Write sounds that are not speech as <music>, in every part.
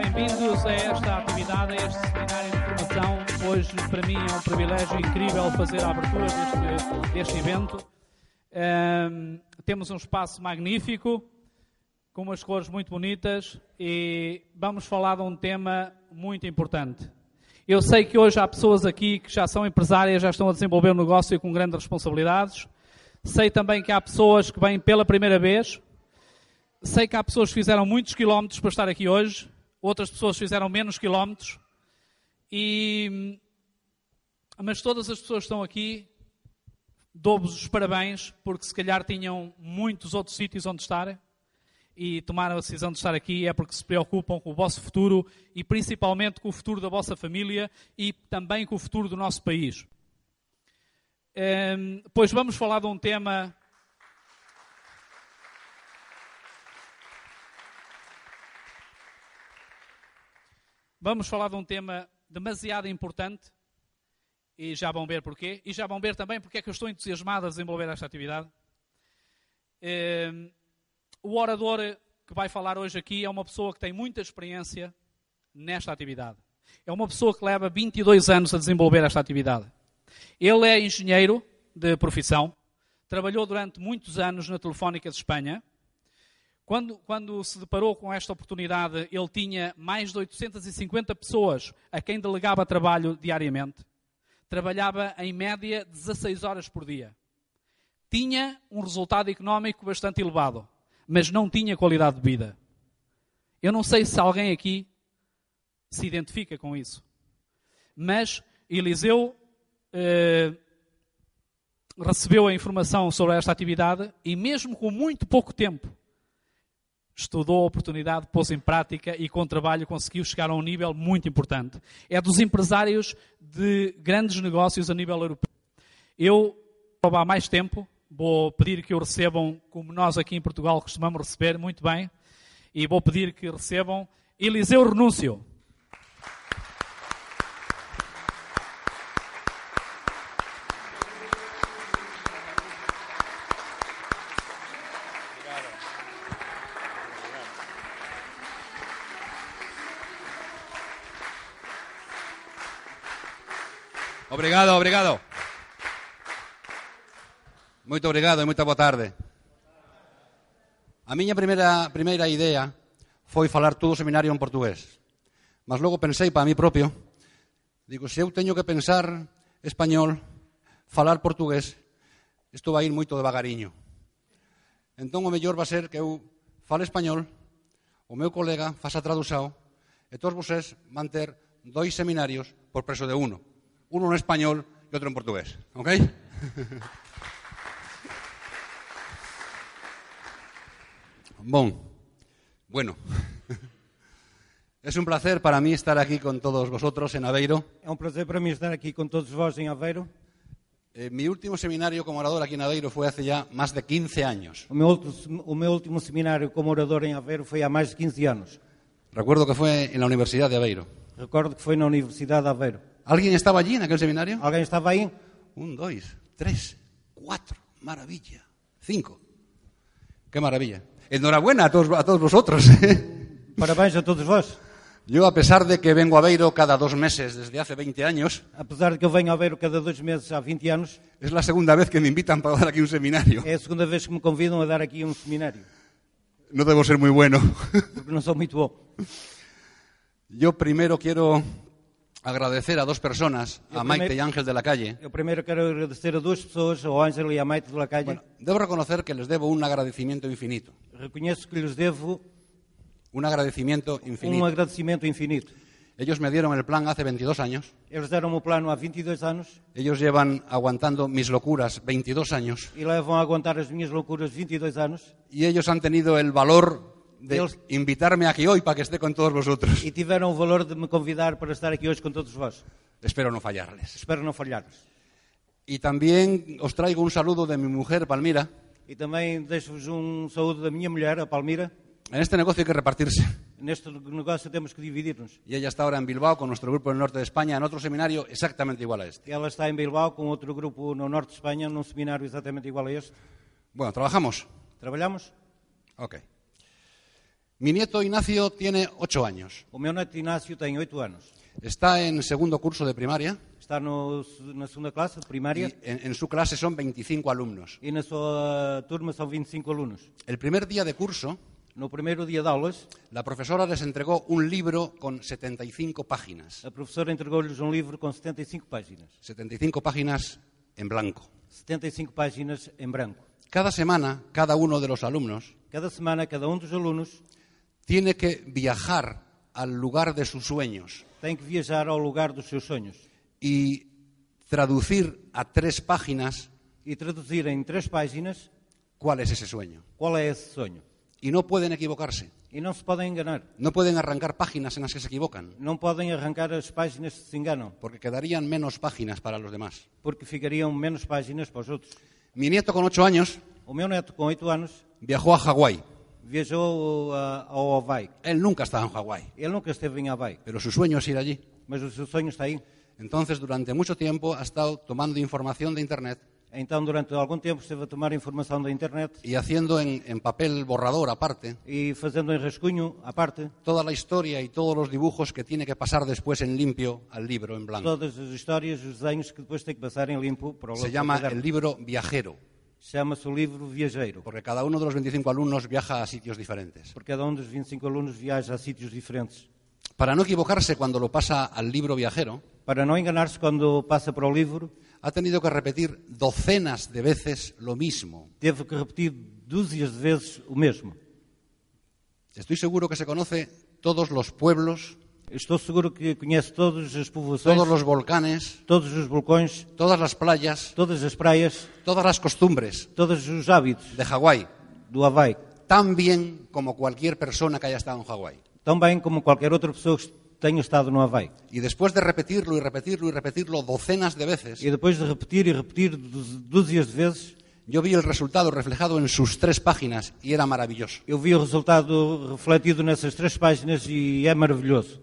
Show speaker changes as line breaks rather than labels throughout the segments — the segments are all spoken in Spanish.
a esta atividade, a este seminário de formação. Hoje, para mim, é um privilégio incrível fazer a abertura deste, deste evento. Um, temos um espaço magnífico, com umas cores muito bonitas, e vamos falar de um tema muito importante. Eu sei que hoje há pessoas aqui que já são empresárias, já estão a desenvolver um negócio com grandes responsabilidades. Sei também que há pessoas que vêm pela primeira vez. Sei que há pessoas que fizeram muitos quilómetros para estar aqui hoje. Outras pessoas fizeram menos quilómetros. E... Mas todas as pessoas que estão aqui, dou-vos os parabéns, porque se calhar tinham muitos outros sítios onde estar e tomaram a decisão de estar aqui é porque se preocupam com o vosso futuro e principalmente com o futuro da vossa família e também com o futuro do nosso país. Um, pois vamos falar de um tema. Vamos falar de um tema demasiado importante e já vão ver porquê. E já vão ver também porque é que eu estou entusiasmado a desenvolver esta atividade. Um, o orador que vai falar hoje aqui é uma pessoa que tem muita experiência nesta atividade. É uma pessoa que leva 22 anos a desenvolver esta atividade. Ele é engenheiro de profissão, trabalhou durante muitos anos na Telefónica de Espanha. Quando, quando se deparou com esta oportunidade, ele tinha mais de 850 pessoas a quem delegava trabalho diariamente. Trabalhava em média 16 horas por dia. Tinha um resultado económico bastante elevado mas não tinha qualidade de vida. Eu não sei se alguém aqui se identifica com isso. Mas Eliseu eh, recebeu a informação sobre esta atividade e, mesmo com muito pouco tempo, estudou a oportunidade, pôs em prática e, com trabalho, conseguiu chegar a um nível muito importante. É dos empresários de grandes negócios a nível europeu. Eu, há mais tempo, vou pedir que o recebam como nós aqui em Portugal costumamos receber, muito bem, e vou pedir que recebam Eliseu Renúncio.
Obrigado, obrigado. Moito obrigado e moita boa tarde. A miña primeira, primeira idea foi falar todo o seminario en portugués. Mas logo pensei para mí propio, digo, se eu teño que pensar español, falar portugués, isto vai ir moito devagariño. Entón o mellor va ser que eu fale español, o meu colega faça tradusao, e todos vocês van ter dois seminarios por preso de uno. Uno en español e outro en portugués. Ok? <laughs> Bon. Bueno. <laughs> es un placer para mí estar aquí con todos vosotros en Aveiro.
É um prazer para mim estar aqui com todos vós em Aveiro.
Eh, mi último seminario como orador aquí en Aveiro fue hace ya más de 15 años.
O meu, outro sem- o meu último seminário como orador em Aveiro foi há mais de 15 anos.
Recuerdo que fue en la Universidad de Aveiro.
Recordo que foi na Universidade de Aveiro.
¿Alguien estaba allí en aquel seminario?
Alguém estava aí?
Un, dos, tres, cuatro. Maravilla. Cinco. Qué maravilla. Enhorabuena a todos, a todos vosotros. <laughs> ¿eh?
Parabéns a todos vós.
Yo, a pesar de que vengo a Aveiro cada dos meses desde hace 20 años,
Apesar de que eu venho a Aveiro cada dois meses há 20 anos,
es la segunda vez que me invitan para dar aquí un seminario.
é a segunda vez que me convidam a dar aqui um seminário,
No debo ser muy bueno. <laughs>
porque não sou muito bom.
Yo primero quiero agradecer a dos personas,
Yo
a Maite
primer-
y Ángel de la Calle.
Eu primeiro quero agradecer a duas pessoas, ao Ângelo e à Maite de la Calle.
Bueno, debo reconocer que les debo un agradecimiento infinito.
Reconheço que lhes devo
Un agradecimiento
um
infinito.
agradecimento infinito.
Ellos me dieron el plan hace 22 años.
Eles deram-me o plano há 22 anos
Ellos llevan aguantando mis locuras 22 años.
e levam a aguentar as minhas loucuras 22 anos.
Y ellos han tenido el valor de
Dios.
invitarme aquí hoy para que esté con todos vosotros.
e tiveram o valor de me convidar para estar aqui hoje com todos vós.
Espero no fallarles.
Espero não falhar-vos.
Y también os traigo un saludo de mi mujer, Palmira.
E também deixo-vos um saúdo da minha mulher, a Palmira.
En este negocio hay que repartirse.
Neste negócio temos que dividir-nos.
Y ella está ahora en Bilbao con nuestro grupo del norte de España en otro seminario exactamente igual a este.
Ela está em Bilbao com outro grupo no norte de Espanha, num seminário exatamente igual a este.
Bueno, trabajamos.
Trabalhamos?
Ok. Mi nieto Ignacio tiene ocho años.
O meu neto Inácio tem 8 anos.
Está en segundo curso de primaria
Está no, na segunda classe de
y
primária
en, en su clase son 25 alumnos.
e na sua turma são 25 alunos.
El primer día de curso,
No primeiro dia de aulas,
la profesora les entregó un libro con 75 páginas.
a professora entregou-lhes um livro com 75 páginas.
75 páginas en blanco.
75 páginas em branco.
Cada semana, cada uno de los alumnos
Cada semana, cada um dos alunos
tiene que viajar al lugar de sus sueños
tem que viajar ao lugar dos seus sonhos
y traducir a tres páginas
e traduzir em três páginas
cuál es ese sueño.
qual é esse sonho.
Y no pueden equivocarse,
E não se podem enganar.
no pueden arrancar páginas en las que se equivocan,
Não podem arrancar as páginas se se enganam,
porque quedarían menos páginas para los demás.
porque ficariam menos páginas para os outros.
Mi nieto con ocho años
O meu neto, com 8 anos,
viajó a Hawái.
viajou ah, ao Havaí.
Él nunca estaba en Hawái,
Ele nunca esteve em Havaí,
pero su sueño es ir allí.
mas o seu sonho está aí.
Entonces, durante mucho tiempo ha estado tomando información de Internet
Então, durante algum tempo, esteve a tomar informação da internet
y haciendo en, en papel borrador aparte
e fazendo um rascunho à parte
toda la historia y todos los dibujos que tiene que pasar después en limpio al libro en blanco.
todas as histórias, os desenhos que depois tem que passar em limpo para o
Se
lado
llama
do caderno.
el libro viajero,
Chama-se o livro Viajeiro,
porque cada uno de los 25 alumnos viaja a sitios diferentes.
porque cada um dos 25 alunos viaja a sítios diferentes.
Para no equivocarse cuando lo pasa al libro viajero,
Para não enganar-se quando passa para o livro,
ha tenido que repetir docenas de veces lo mismo.
teve que repetir dúzias de vezes o mesmo.
Estoy seguro que se conoce todos los pueblos,
Estou seguro que conhece todas as povoações,
todos los volcanes,
todos os vulcões,
todas las playas,
todas as praias,
todas las costumbres
todos os hábitos
de Hawái,
do Havaí,
tan bien como cualquier persona que haya estado en Hawái.
tão bem como qualquer outra pessoa que tenha estado no Havaí.
Y después de repetirlo y repetirlo y repetirlo docenas de veces,
E depois de repetir e repetir dú- dúzias de vezes,
yo vi el resultado reflejado en sus tres páginas y era maravilloso,
eu vi o resultado refletido nessas três páginas e é maravilhoso.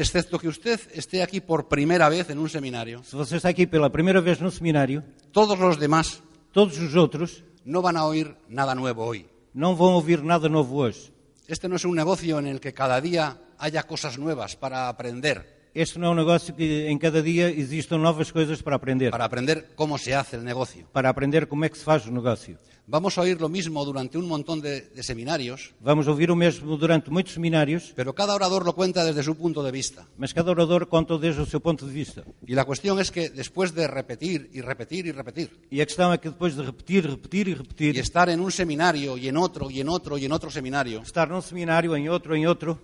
excepto que usted esté aquí por primera vez en un seminario.
Se você está aqui pela primeira vez no seminário,
Todos los demás
todos os outros
no van a oír nada nuevo hoy.
não vão ouvir nada novo hoje.
Este no es un negocio en el que cada día haya cosas nuevas para aprender,
Este não é um negócio que em cada dia existam novas coisas para aprender,
para aprender cómo se hace el negocio.
para aprender como é que se faz o negócio.
Vamos a oír lo mismo durante un montón de, de seminarios,
Vamos ouvir o mesmo durante muitos seminários,
pero cada orador lo cuenta desde su punto de vista.
mas cada orador conta desde o seu ponto de vista.
Y la cuestión es que después de repetir y repetir y repetir,
E a questão é que depois de repetir, repetir e repetir,
y estar en un seminario y en otro y en otro y en otro seminario,
estar num seminário, em outro, em outro,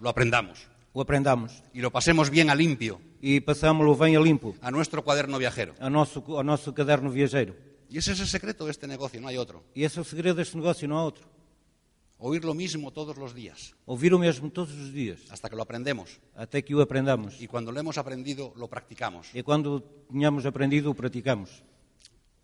lo aprendamos
o aprendamos
y lo pasemos bien a limpio
e passámo-lo bem a limpo
a nuestro cuaderno viajero.
ao nosso, ao nosso caderno viajeiro.
Y ese es el secreto de este negocio, no hay otro.
E esse é o segredo deste negócio, não há outro.
Oír lo mismo todos los días
Ouvir o mesmo todos os dias,
hasta que lo aprendemos
até que o aprendamos.
y cuando lo hemos aprendido lo practicamos.
E quando tínhamos aprendido, o praticamos.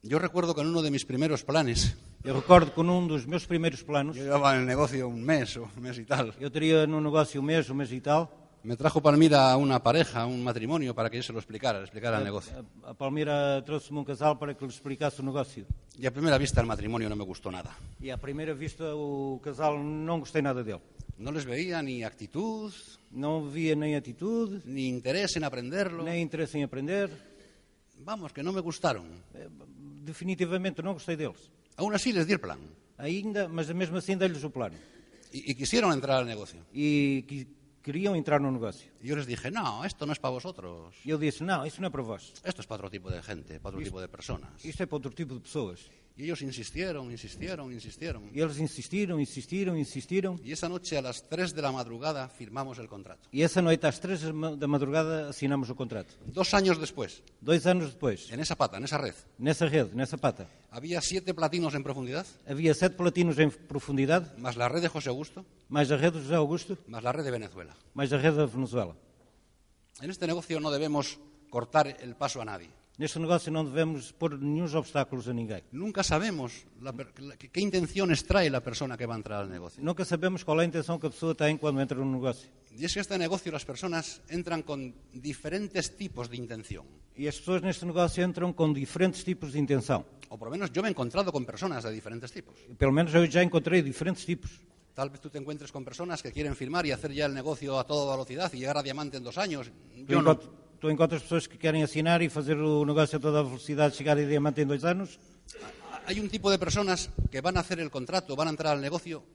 Yo recuerdo que en uno de mis primeros planes,
Eu recordo que num dos meus primeiros planos,
yo llevaba en el negocio un mes o un mes y tal,
eu teria no negócio um mês, um mês e tal,
me trajo Palmira a una pareja, un matrimonio, para que yo se lo explicara, le explicara el negocio.
a, a Palmira trouxe-me um casal para que lhe explicasse o negócio.
Y a primera vista el matrimonio no me gustó nada.
E à primeira vista o casal não gostei nada dele.
No les veía ni actitud,
Não via nem atitude,
ni interés en aprenderlo.
nem interesse em aprender.
Vamos, que no me gustaron.
Definitivamente não gostei deles.
Aún así les di el plan.
Ainda, mas mesmo assim dei-lhes o plano.
Y, y quisieron entrar al negocio.
E que queriam entrar no negócio.
Y yo les dije, no, esto no es para vosotros.
E eu disse, não, isso não é para vós.
Esto es para otro tipo de gente, para otro tipo de personas.
Isto é para outro tipo de pessoas.
Y ellos insistieron, insistieron, insistieron.
E eles insistiram, insistiram, insistiram.
Y esa noche a las 3 de la madrugada firmamos el contrato.
E essa noite, às três da madrugada, assinamos o contrato.
Dos años después,
Dois anos depois,
en esa pata, en esa red,
nessa rede, nessa pata,
había siete platinos en profundidad,
havia sete platinos em profundidade,
más la red de José Augusto,
mais a rede do José Augusto,
más la red de Venezuela.
mais a rede da Venezuela.
En este negocio no debemos cortar el paso a nadie.
Neste negócio não devemos pôr nenhum obstáculos a ninguém.
Nunca sabemos la per- la- qué qué intenciones trae la persona que va a entrar al negocio.
Nunca sabemos qual é a intenção que a pessoa tem quando entra no negócio.
Y es que este negocio las personas entran con diferentes tipos de intención.
E as pessoas neste negócio entram com diferentes tipos de intenção.
O por lo menos yo me he encontrado con personas de diferentes tipos.
Pelo menos eu já encontrei diferentes tipos.
Tal vez tú te encuentres con personas que quieren firmar y hacer ya el negocio a toda velocidad y llegar a diamante en dos años.
Tu,
Yo no.
encont- tu encontras pessoas que querem assinar e fazer o negócio a toda a velocidade, chegar a diamante em dois anos?
Hay un tipo de personas que van a hacer el contrato, van a entrar al negocio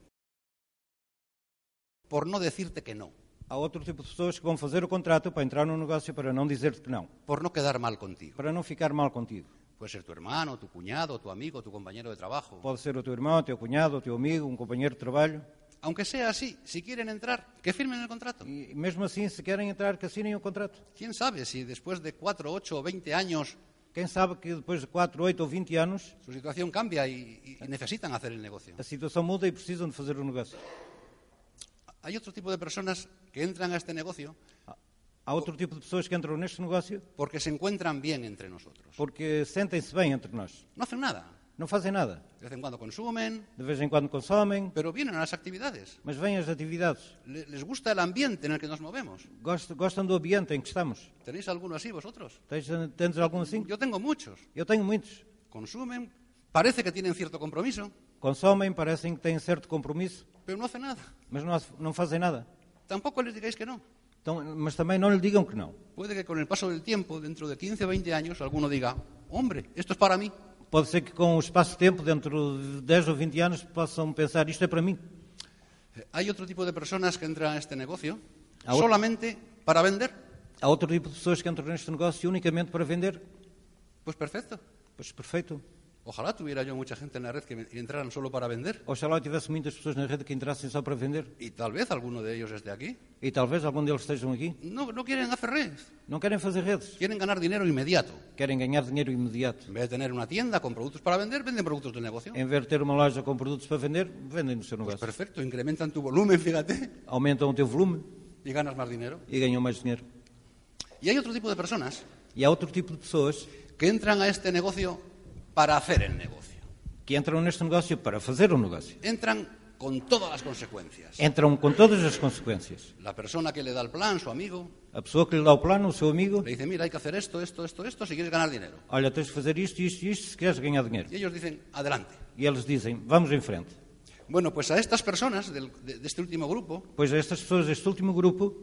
por no decirte que no,
Há outro tipo de pessoas que vão fazer o contrato para entrar no negócio para não dizer-te que não,
por no quedar mal contigo.
para não ficar mal contigo.
Puede ser tu hermano, tu cuñado, tu amigo, tu compañero de trabajo.
Pode ser o teu irmão, o teu cunhado, o teu amigo, um companheiro de trabalho.
Aunque sea así, si quieren entrar, que firmen el contrato.
E mesmo assim, se querem entrar, que assinem o contrato.
¿Quién sabe si después de cuatro, ocho o veinte años
Quem sabe que depois de 4, 8 ou 20 anos,
su situación cambia y, y- y necesitan hacer el negocio?
a situação muda e precisam de fazer o negócio.
Hay otro tipo de personas que entran a este negocio
Há outro tipo de pessoas que entram neste negócio
porque se encuentran bien entre nosotros.
porque sentem-se bem entre nós.
No hacen nada.
Não fazem nada.
De vez en cuando consumen,
De vez em quando consomem,
pero vienen a las actividades.
mas vêm as atividades.
Le- Les gusta el ambiente en el que nos movemos.
Gost- Gostam do ambiente em que estamos.
¿Tenéis alguno así vosotros?
Tens, tens algum assim?
Yo tengo muchos.
Eu tenho muitos.
Consumen, parece que tienen cierto compromiso,
Consomem, parecem que têm certo compromisso,
pero no hacen nada.
mas não, as- não fazem nada.
Tampoco les digáis que no.
Então, mas também não lhe digam que não.
Puede que con el paso del tiempo, dentro de 15 o 20 años, alguno diga, hombre, esto es para mí.
Pode ser que com o espaço-tempo, dentro de 10 ou 20 anos, possam pensar isto é para mim.
Eh, Hay otro tipo de personas que entran a este negocio
A otro-
solamente para vender.
Há outro tipo de pessoas que entram neste negócio unicamente para vender.
Pues perfecto.
Pois perfeito.
Ojalá tuviera yo mucha gente en la red que me- entraran solo para vender.
Oxalá eu tivesse muitas pessoas na rede que entrassem só para vender.
Y tal vez alguno de ellos esté aquí.
E talvez algum deles estejam aqui.
No, no quieren hacer red.
Não querem fazer redes.
Quieren ganar dinero inmediato.
Querem ganhar dinheiro imediato.
En vez de tener una tienda con productos para vender, venden productos del negocio.
Em vez de ter uma loja com produtos para vender, vendem no seu
Pues
negócio.
perfecto, incrementan tu volumen, fíjate,
Aumentam o teu volume
y ganas más dinero.
e ganham mais dinheiro.
Y hay otro tipo de personas
E há outro tipo de pessoas
que entran a este negocio para hacer el negocio.
que entram neste negócio para fazer um negócio.
Entran con todas las consecuencias.
Entram com todas as consequências.
La persona que le da el plan, su amigo,
A pessoa que lhe dá o plano, o seu amigo,
le dice, mira, hay que hacer esto, esto, esto, esto, si quieres ganar dinero.
olha, tens de fazer isto, isto, isto, se queres ganhar dinheiro.
Y ellos dicen, adelante.
E eles dizem, vamos em frente.
Bueno, pues a estas personas del- de, de este último grupo
Pois estas pessoas, este último grupo,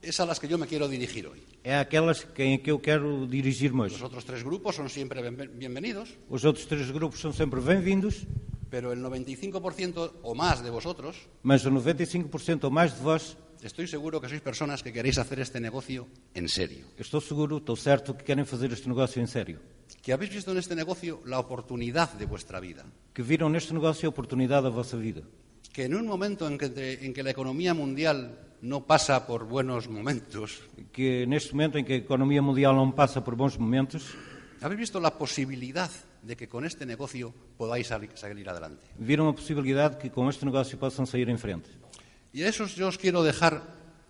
es a las que yo me quiero dirigir hoy.
é aquelas que- em que eu quero dirigir-me
Los
hoje.
otros tres grupos son siempre ben- bienvenidos,
Os outros três grupos são sempre bem-vindos,
pero el 95% o más de vosotros,
mas o 95% ou mais de vós,
estoy seguro que sois personas que queréis hacer este negocio en serio.
eu estou seguro, estou certo, que querem fazer este negócio em sério.
Que habéis visto en este negocio la oportunidad de vuestra vida.
Que viram neste negócio a oportunidade da vossa vida.
Que en un momento en que, en que la economía mundial no pasa por buenos momentos,
Que neste momento em que a economia mundial não passa por bons momentos,
habéis visto la posibilidad de que con este negocio podáis sali- salir adelante.
viram a possibilidade que com este negócio possam sair em frente.
Y a esos yo os quiero dejar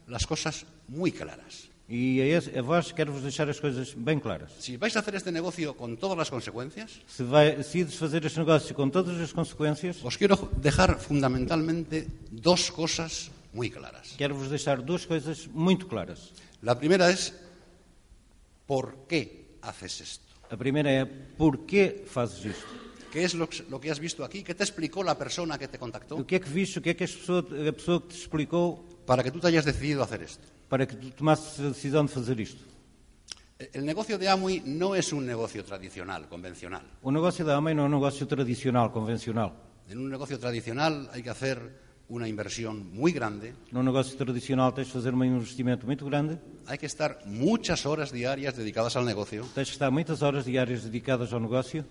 las cosas muy claras.
E a, esse, a vós quero-vos deixar as coisas bem claras.
Si vais a hacer este negocio con todas las consecuencias,
Se vai, se ides fazer este negócio com todas as consequências,
os quiero dejar fundamentalmente dos cosas muy claras.
quero-vos deixar duas coisas muito claras.
La primera es, ¿por qué haces esto?
A primeira é porquê fazes isto?
¿Qué es lo, que- lo que has visto aquí? ¿Qué te explicó la persona que te
O
contactó
que é que viste? O que é que as pessoa, a pessoa que te explicou
para que tú te hayas decidido hacer esto?
para que tu tomasses a decisão de fazer isto?
El negocio de Amway no es un negocio tradicional, convencional.
O negócio da AMEI não é um negócio tradicional, convencional.
En un negocio tradicional hay que hacer una inversión muy grande,
Num negócio tradicional tens de fazer um investimento muito grande,
hay que estar muchas horas diarias dedicadas al negocio.
tens de estar muitas horas diárias dedicadas ao negócio.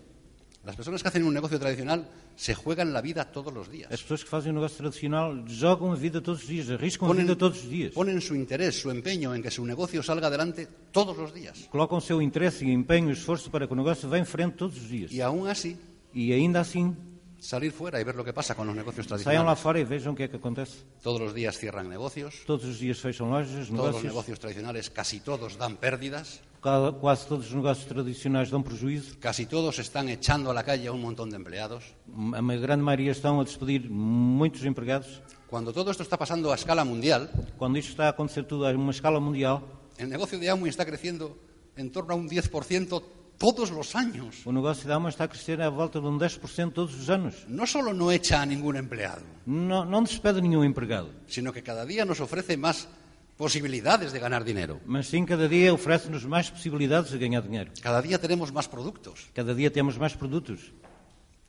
Las personas que hacen un negocio tradicional se juegan la vida todos los
As
días.
pessoas que fazem o negócio tradicional jogam a vida todos os dias, arriscam a
Ponen-
vida todos os dias.
Ponen su interés, su empeño en que su negocio salga adelante todos los días.
Colocam o seu interesse e empenho e esforço para que o negócio vá em frente todos os dias.
Y aún así,
E ainda assim,
salir fuera y ver lo que pasa con los negocios
saiam lá
tradicionales.
fora e vejam o que é que acontece.
Todos los días cierran negocios,
Todos os dias fecham lojas,
todos los
negócios.
negocios tradicionales, casi todos dan pérdidas,
Ca- Quase todos os negócios tradicionais dão prejuízo.
casi todos están echando a la calle a un montón de empleados.
A ma- grande maioria estão a despedir muitos empregados.
Cuando todo esto está pasando a escala mundial,
Quando isto está a acontecer tudo a uma escala mundial,
el negocio de Amway está creciendo en torno a un 10% todos los años.
O negócio da alma está a crescer à volta de um 10% todos os anos.
No solo no echa a ningún empleado,
Não, não despede nenhum empregado,
sino que cada día nos ofrece más posibilidades de ganar dinero.
mas sim cada dia oferece-nos mais possibilidades de ganhar dinheiro.
Cada día tenemos más productos.
Cada dia temos mais produtos.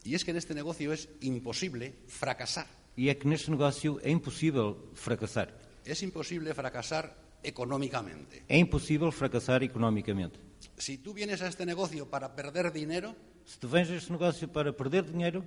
Y es que en este negocio es imposible fracasar.
E é que neste negócio é impossível fracassar.
Es imposible fracasar económicamente.
É impossível fracassar economicamente.
Si tú vienes a este negocio para perder dinero,
Se tu vens a este negócio para perder dinheiro,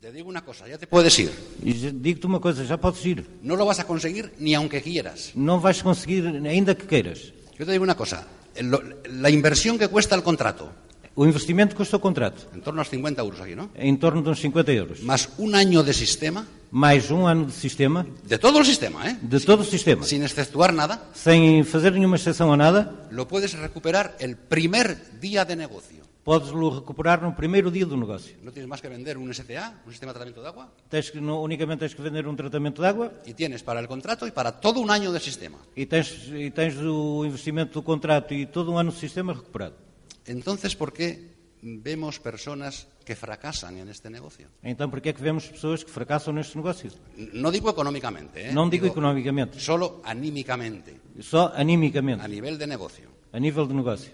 te digo una cosa, ya te puedes ir.
e já- digo-te uma coisa, já podes ir.
No lo vas a conseguir ni aunque quieras.
Não vais conseguir, ainda que queiras.
Yo te digo una cosa, el- lo- la inversión que cuesta el contrato,
O investimento custa o contrato,
en torno a los 50 euros aquí, ¿no?
em torno de uns 50 euros.
Más un año de sistema,
Mais um ano de sistema,
de todo el sistema, ¿eh?
de todo o sistema,
Sin exceptuar nada,
sem fazer nenhuma exceção a nada,
lo puedes recuperar el primer día de negocio.
podes-lo recuperar no primeiro dia do negócio.
No tienes más que vender un STA, un sistema de tratamiento de agua,
Tens que, não, unicamente tens que vender um tratamento de água
y tienes para el contrato y para todo un año de sistema.
e tens, e tens o investimento do contrato e todo um ano de sistema recuperado.
Entonces, ¿por qué vemos personas que fracasan en este negocio?
Então, porquê é que vemos pessoas que fracassam neste negócio?
No digo económicamente, ¿eh?
Não digo economicamente,
Solo anímicamente,
só
a
animicamente,
nivel de negocio.
a nível de negócio.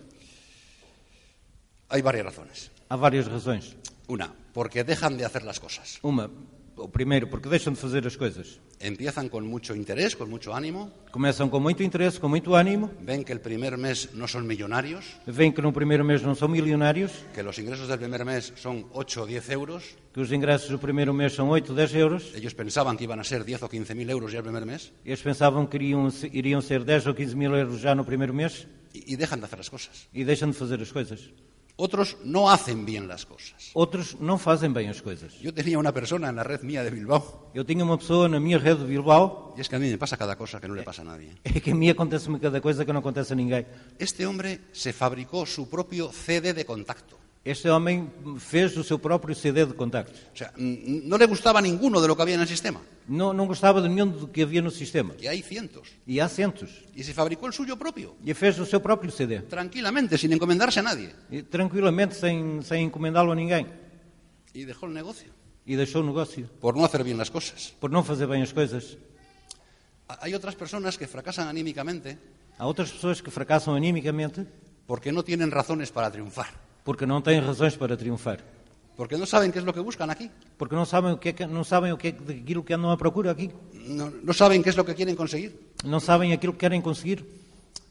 Hay varias razones.
Há várias razões.
Una, porque dejan de hacer las cosas.
Uma, o primeiro, porque deixam de fazer as coisas.
Empiezan con mucho interés, con mucho ánimo,
Começam com muito interesse, com muito ânimo,
ven que el primer mes no son millonarios,
veem que no primeiro mês não são milionários,
que los ingresos del primer mes son 8 o 10 euros.
que os ingressos do primeiro mês são 8, 10 euros.
Ellos pensaban que iban a ser 10 o 15 mil euros ya el primer mes
Eles pensavam que iriam, se- iriam ser 10 ou 15 mil euros já no primeiro mês
y, y dejan de hacer las cosas.
e deixam de fazer as coisas.
Otros no hacen bien las cosas.
Outros não fazem bem as coisas.
Yo tenía una persona en la red mía de Bilbao
Eu tinha uma pessoa na minha rede de Bilbao,
y es que a mí me pasa cada cosa que no le pasa a nadie.
<laughs> é que a mim acontece-me cada coisa que não acontece a ninguém.
Este hombre se fabricó su propio CD de contacto.
Este homem fez o seu próprio CD de contactos.
O sea, mm, no le gustaba ninguno de lo que había en el sistema,
Não, não gostava de nenhum do que havia no sistema.
que hay cientos,
E há centos.
y se fabricó el suyo propio,
E fez o seu próprio CD.
tranquilamente, sin encomendarse a nadie,
E, tranquilamente, sem, sem encomendá-lo a ninguém.
y dejó el negocio
E deixou o negócio.
por no hacer bien las cosas.
Por não fazer bem as coisas.
Ha- Hay otras personas que fracasan anímicamente
Há outras pessoas que fracassam animicamente
porque no tienen razones para triunfar,
porque não têm razões para triunfar.
porque no saben qué es lo que buscan aquí,
Porque não sabem o que é que, não sabem o que, é que aquilo que andam à procura aqui.
no, no saben qué es lo que quieren conseguir,
Não sabem aquilo que querem conseguir.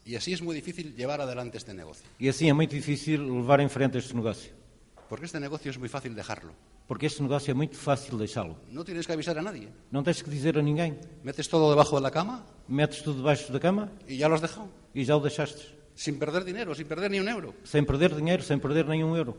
y así es muy difícil llevar adelante este negocio,
E assim é muito difícil levar em frente este negócio.
porque este negocio es muy fácil dejarlo.
Porque este negócio é muito fácil deixá-lo.
No tienes que avisar a nadie,
Não tens que dizer a ninguém.
metes todo debajo de la cama
Metes tudo debaixo da cama
y ya lo has dejado,
e já o deixaste.
sin perder dinero, sin perder ni un euro.
Sem perder dinheiro, sem perder nenhum euro.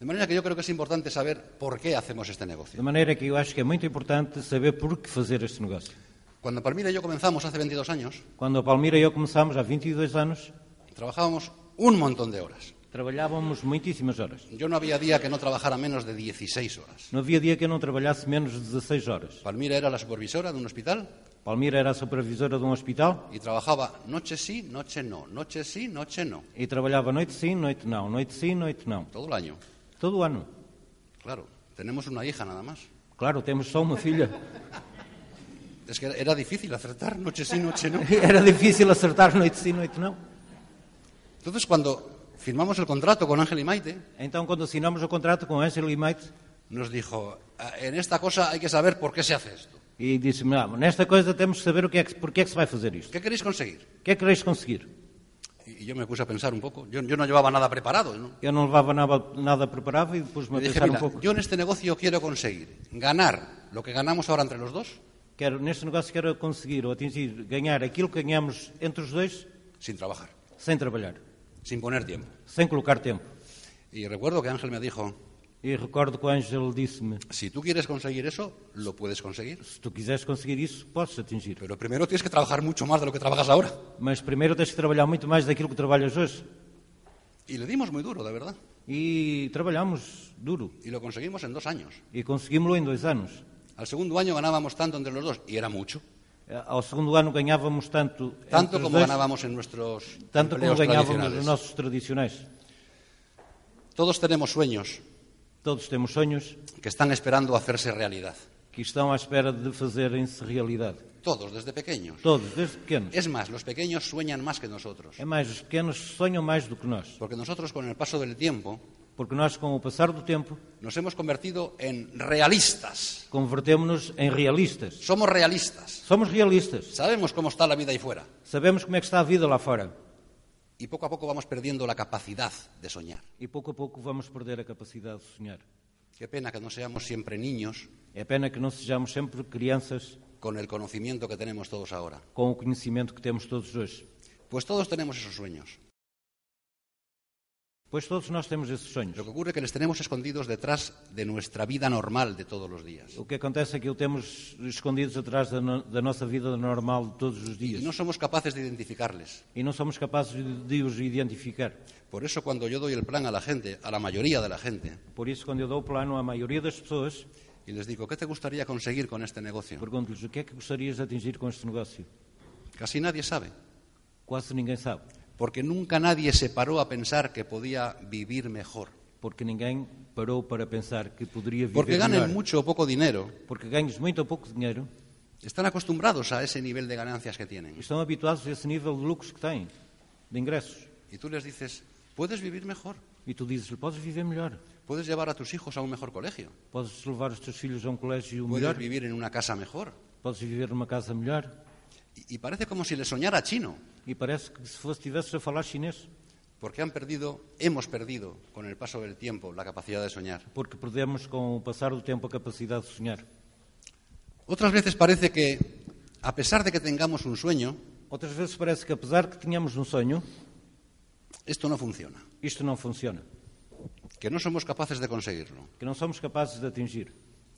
De manera que yo creo que es importante saber por qué hacemos este
De
negocio.
maneira que eu acho que é muito importante saber por que fazer este negócio.
Cuando Palmira y yo comenzamos hace 22 anos,
Quando a Palmira e eu começámos há 22 anos,
trabajábamos un montón de horas.
trabalhávamos muitíssimas horas.
Yo no había día que no trabajara menos de 16 horas.
Não havia dia que eu não trabalhasse menos de 16 horas.
Palmira era la supervisora de un hospital
Palmira era a supervisora de um hospital
y trabajaba noche sí, noche no, noche sí, noche no,
e trabalhava noite sim, noite não, noite sim, noite não.
todo el año.
Todo o ano.
Claro, tenemos una hija nada más.
Claro, temos só uma filha. <laughs>
Es que era difícil acertar noche sí, noche no.
Era difícil acertar noite sim, noite não.
Entonces, cuando firmamos el contrato con Ángel y Maite,
Então, quando assinamos o contrato com a Angela e Mate,
nos dijo, "Ah, en esta cosa hay que saber por qué se hace esto.
e disse-me, ah, nesta coisa temos que saber o que é que, porque é que se vai fazer isto.
¿Qué queréis conseguir?
O que é que queres conseguir?
Y yo me puse a pensar un poco. Yo, yo no llevaba nada preparado. ¿no?
Eu não levava nada, nada preparado e pus-me
Me
a
dije,
pensar um
"Mira,
pouco.
yo en este negocio quiero conseguir ganar lo que ganamos ahora entre los dos
Quero, neste negócio quero conseguir ou atingir, ganhar aquilo que ganhamos entre os dois
sin trabajar,
sem trabalhar,
sin poner tiempo.
sem colocar tempo.
Y recuerdo que Ángel me dijo,
E recordo que o Ângelo disse-me,
si tú quieres conseguir eso, lo puedes conseguir.
se tu quiseres conseguir isso, podes atingir.
Pero primero tienes que trabajar mucho más de lo que trabajas ahora.
Mas primeiro tens que trabalhar muito mais daquilo que trabalhas hoje.
Y le dimos muy duro, de verdad.
E trabalhamos duro.
Y lo conseguimos en dos años.
E conseguimos-lo em dois anos.
Al segundo año ganábamos tanto entre los dos, y era mucho.
Eh, Ao segundo ano ganhávamos tanto, entre
Tanto
os
como
dois,
ganábamos en nuestros
tanto
empleos
como ganhávamos
tradicionales.
os nossos tradicionais.
Todos tenemos sueños
Todos temos sonhos
que están esperando hacerse realidad.
que estão à espera de fazerem-se realidade.
Todos, desde pequeños.
Todos, desde pequenos.
Es más, los pequeños sueñan más que nosotros.
É mais, os pequenos sonham mais do que nós.
Porque nosotros con el paso del tiempo
Porque nós, com o passar do tempo,
nos hemos convertido en realistas.
convertemos-nos em realistas.
Somos realistas.
Somos realistas.
Sabemos cómo está la vida ahí fuera.
Sabemos como é que está a vida lá fora.
Y poco a poco vamos perdiendo la capacidad de soñar.
E pouco a pouco vamos perder a capacidade de sonhar.
Qué pena que no seamos siempre niños
É pena que não sejamos sempre crianças
con el conocimiento que tenemos todos ahora.
com o conhecimento que temos todos hoje.
Pues todos tenemos esos sueños.
Pois todos nós temos esses sonhos.
Lo que ocurre es que les tenemos escondidos detrás de nuestra vida normal de todos los días.
O que acontece é que o temos escondidos atrás da, no- da nossa vida normal de todos os
Y
dias
no somos capaces de identificarles.
e não somos capazes de, de os identificar.
Por eso cuando yo doy el plan a la gente, a la mayoría de la gente,
Por isso, quando eu dou o plano à maioria das pessoas,
y les digo, ¿qué te gustaría conseguir con este negocio?
pergunto-lhes o que é que gostarias de atingir com este negócio.
Casi nadie sabe.
Quase ninguém sabe,
Porque nunca nadie se paró a pensar que podía vivir mejor.
porque ninguém parou para pensar que poderia viver
Porque ganen
melhor.
mucho o poco dinero,
Porque ganhas muito ou pouco dinheiro,
están acostumbrados a ese nivel de ganancias que tienen.
estão habituados a esse nível de lucros que têm, de ingressos.
Y tú les dices, puedes vivir mejor,
E tu dizes-lhe, podes viver melhor,
puedes llevar a tus hijos a un mejor colegio,
podes levar os teus filhos a um colégio melhor,
puedes vivir en una casa mejor.
podes viver numa casa melhor.
Y, y parece como si les soñara chino,
E parece que se fosse tivesses a falar chinês,
porque han perdido, hemos perdido con el paso del tiempo la capacidad de soñar.
porque perdemos com o passar do tempo a capacidade de sonhar.
Otras veces parece que, a pesar de que tengamos un sueño,
Outras vezes parece que apesar que tenhamos um sonho,
esto no funciona,
isto não funciona,
que no somos capaces de conseguirlo,
que não somos capazes de atingir,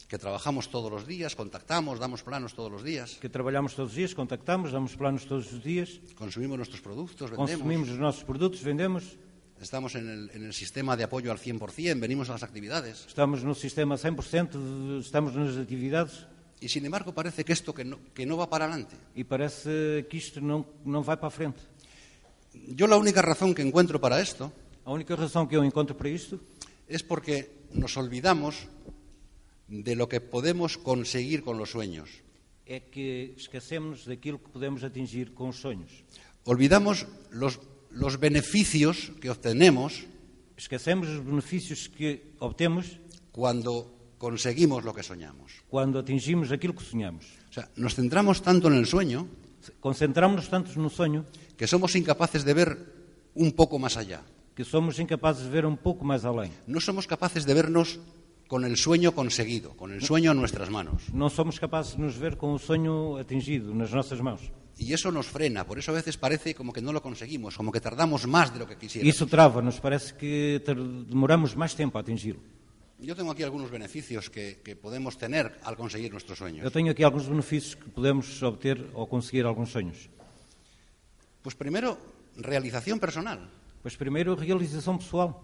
que trabajamos todos los días, contactamos, damos planos todos los días,
que trabalhamos todos os dias, contactamos, damos planos todos os dias,
consumimos nuestros productos, vendemos,
consumimos os nossos produtos, vendemos,
estamos en el, en el sistema de apoyo al 100%, venimos a las actividades.
estamos no sistema 100%, estamos nas atividades
Y sin embargo parece que esto que no, que no va para adelante.
e parece que isto não, não vai para a frente.
Yo la única razón que encuentro para esto
A única razão que eu encontro para isto
es porque nos olvidamos de lo que podemos conseguir con los sueños.
é que esquecemos daquilo que podemos atingir com os sonhos.
Olvidamos los, los beneficios que obtenemos
Esquecemos os benefícios que obtemos
cuando conseguimos lo que soñamos.
quando atingimos aquilo que sonhamos.
O sea, nos centramos tanto en el sueño
Concentramos-nos tanto no sonho
que somos incapaces de ver un poco más allá.
que somos incapazes de ver um pouco mais além.
No somos capaces de vernos con el sueño conseguido, con el sueño en nuestras manos.
Não somos capazes de nos ver com o sonho atingido nas nossas mãos.
Y eso nos frena, por eso a veces parece como que no lo conseguimos, como que tardamos más de lo que quisiéramos.
Isso trava-nos, parece que tar- demoramos mais tempo a atingi-lo.
Yo tengo aquí algunos beneficios que, que podemos tener al conseguir nuestros
Eu
sueños.
tenho aqui alguns benefícios que podemos obter ao conseguir alguns sonhos.
Pues primero, realización personal.
Pois primeiro, a realização pessoal.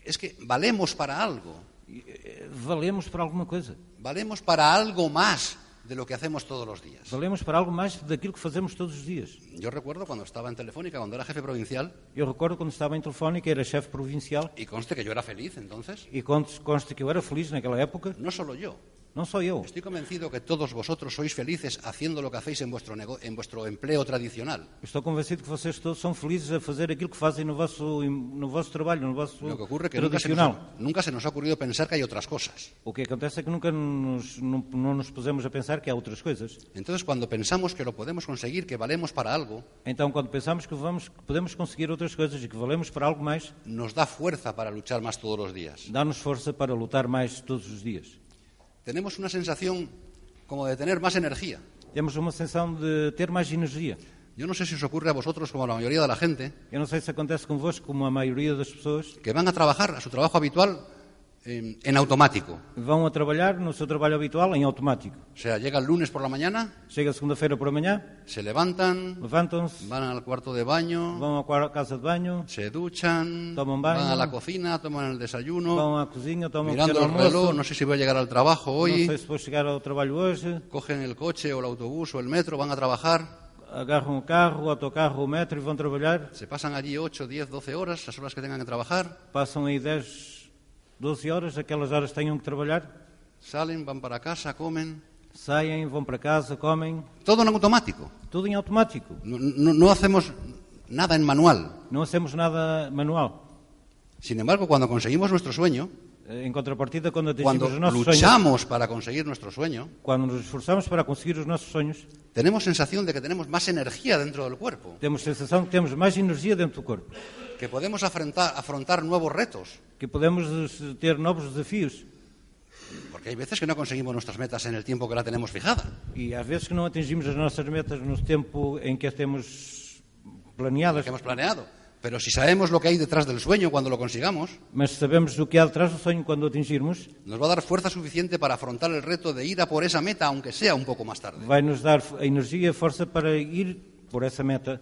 Es que valemos para algo,
E, eh, Valemos para alguma coisa.
valemos para algo más de lo que hacemos todos los días.
Valemos para algo mais daquilo que fazemos todos os dias.
Yo recuerdo cuando estaba en Telefónica, cuando era jefe provincial,
Eu recordo quando estava em telefónica, era chefe provincial,
y conste que yo era feliz entonces,
e conste, conste que eu era feliz naquela época,
no solo yo.
não só eu.
Estoy convencido que todos vosotros sois felices haciendo lo que hacéis en vuestro, nego- en vuestro empleo tradicional.
Estou convencido que vocês todos são felizes a fazer aquilo que fazem no vosso, no vosso trabalho, no vosso
Lo que ocurre que nunca se, nos
tradicional.
ha, nunca se nos ha ocurrido pensar que hay otras cosas.
O que acontece é que nunca nos, não, não nos pusemos a pensar que há outras coisas.
Entonces, cuando pensamos que lo podemos conseguir, que valemos para algo,
Então, quando pensamos que, vamos, que podemos conseguir outras coisas e que valemos para algo mais,
nos da fuerza para luchar más todos los días.
dá-nos força para lutar mais todos os dias.
Tenemos una sensación como de tener más energía.
Temos uma sensação de ter mais energia.
Yo no sé si os ocurre a vosotros, como a la mayoría de la gente,
Eu não sei se acontece convosco, como a maioria das pessoas,
que van a trabajar a su trabajo habitual eh, en automático.
vão a trabalhar no seu trabalho habitual em automático.
O sea, llega el lunes por la mañana,
Chega segunda-feira por amanhã,
se levantan,
levantam-se,
van al cuarto de baño,
vão à qua- casa de banho,
se duchan,
Toman
van
baño.
a la cocina, toman el desayuno,
vão à cozinha, tomam um
mirando
pequeno
el reloj,
almoço,
no sé si voy a llegar al trabajo
não sei
hoy,
se vou chegar ao trabalho hoje,
cogen el coche o el autobús o el metro, van a trabajar
agarram o carro, o autocarro, o metro e vão trabalhar.
Se pasan allí 8, 10, 12 horas, las horas que tengan que trabajar,
Passam aí 10, 12 horas, aquelas horas tenham que trabalhar.
salen, van para casa, comen.
Saem, vão para casa, comem.
Todo en automático.
Tudo em automático.
No, no- no hacemos nada en manual.
Não hacemos nada manual.
Sin embargo, cuando conseguimos nuestro sueño,
Eh, Em contrapartida, quando atingimos
cuando
os nossos sonhos,
luchamos para conseguir nuestro sueño,
quando nos esforçamos para conseguir os nossos sonhos,
tenemos sensación de que tenemos más energía dentro del cuerpo,
temos a sensação que temos mais energia dentro do corpo,
que podemos afrontar, afrontar nuevos retos,
que podemos eh, ter novos desafios.
porque hay veces que no conseguimos nuestras metas en el tiempo que la tenemos fijada.
E às vezes que não atingimos as nossas metas no tempo em que as temos planeadas,
que hemos planeado. Pero si sabemos lo que hay detrás del sueño cuando lo consigamos,
mas sabemos o que há detrás do sonho quando o atingirmos,
nos va a dar fuerza suficiente para afrontar el reto de ir a por esa meta, aunque sea un poco más tarde.
vai nos dar a energia e a força para ir por essa meta.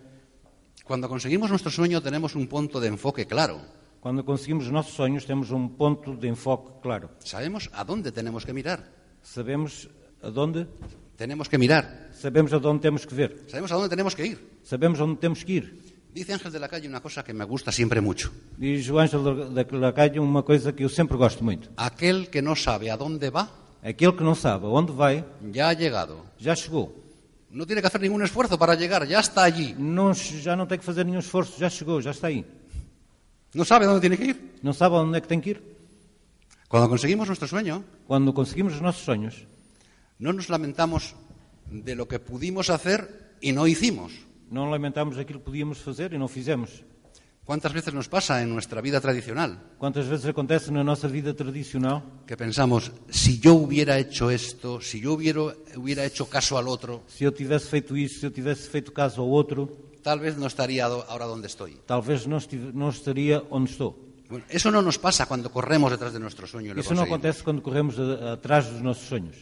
Cuando conseguimos nuestro sueño tenemos un punto de enfoque claro.
Quando conseguimos os nossos sonhos, temos um ponto de enfoque claro.
Sabemos a dónde tenemos que mirar.
Sabemos aonde,
Tenemos que mirar.
sabemos aonde temos que ver,
Sabemos a dónde tenemos que ir.
sabemos onde temos que ir.
Dice Ángel de la Calle una cosa que me gusta siempre mucho.
Diz o Ângelo da da Lacalle uma coisa que eu sempre gosto muito.
Aquel que no sabe a dónde va,
Aquele que não sabe aonde vai,
ya ha llegado.
já chegou.
No tiene que hacer ningún esfuerzo para llegar, ya está allí.
Não, já não tem que fazer nenhum esforço, já chegou, já está aí.
No sabe a dónde tiene que ir.
Não sabe onde é que tem que ir.
Cuando conseguimos nuestro sueño,
Quando conseguimos os nossos sonhos,
No nos lamentamos de lo que pudimos hacer y no hicimos.
não lamentamos aquilo que podíamos fazer e não fizemos.
¿Cuántas veces nos pasa en nuestra vida tradicional
Quantas vezes acontece na nossa vida tradicional
que pensamos, si yo hubiera hecho esto, si yo hubiera, hubiera hecho caso al otro,
se eu tivesse feito isto, se eu tivesse feito caso ao outro,
tal vez no estaría do- ahora donde estoy?
talvez não, estive, não estaria onde estou.
Bueno, eso no nos pasa cuando corremos detrás de nuestro sueño. Y, lo
Isso não
conseguimos.
acontece quando corremos a- atrás dos nossos sonhos.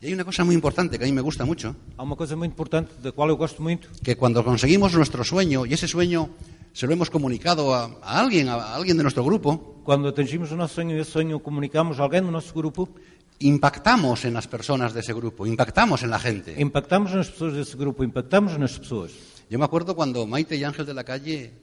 Y hay una cosa muy importante que a mí me gusta mucho,
Há uma coisa muito importante da qual eu gosto muito,
que cuando conseguimos nuestro sueño y ese sueño se lo hemos comunicado a, a alguien, a- a alguien de nuestro grupo,
quando atingimos o nosso sonho e esse sonho o comunicamos a alguém do nosso grupo,
impactamos en las personas de esse grupo, impactamos en la gente.
impactamos nas pessoas desse grupo, impactamos nas pessoas.
Yo me acuerdo cuando Maite y Ángel de la Calle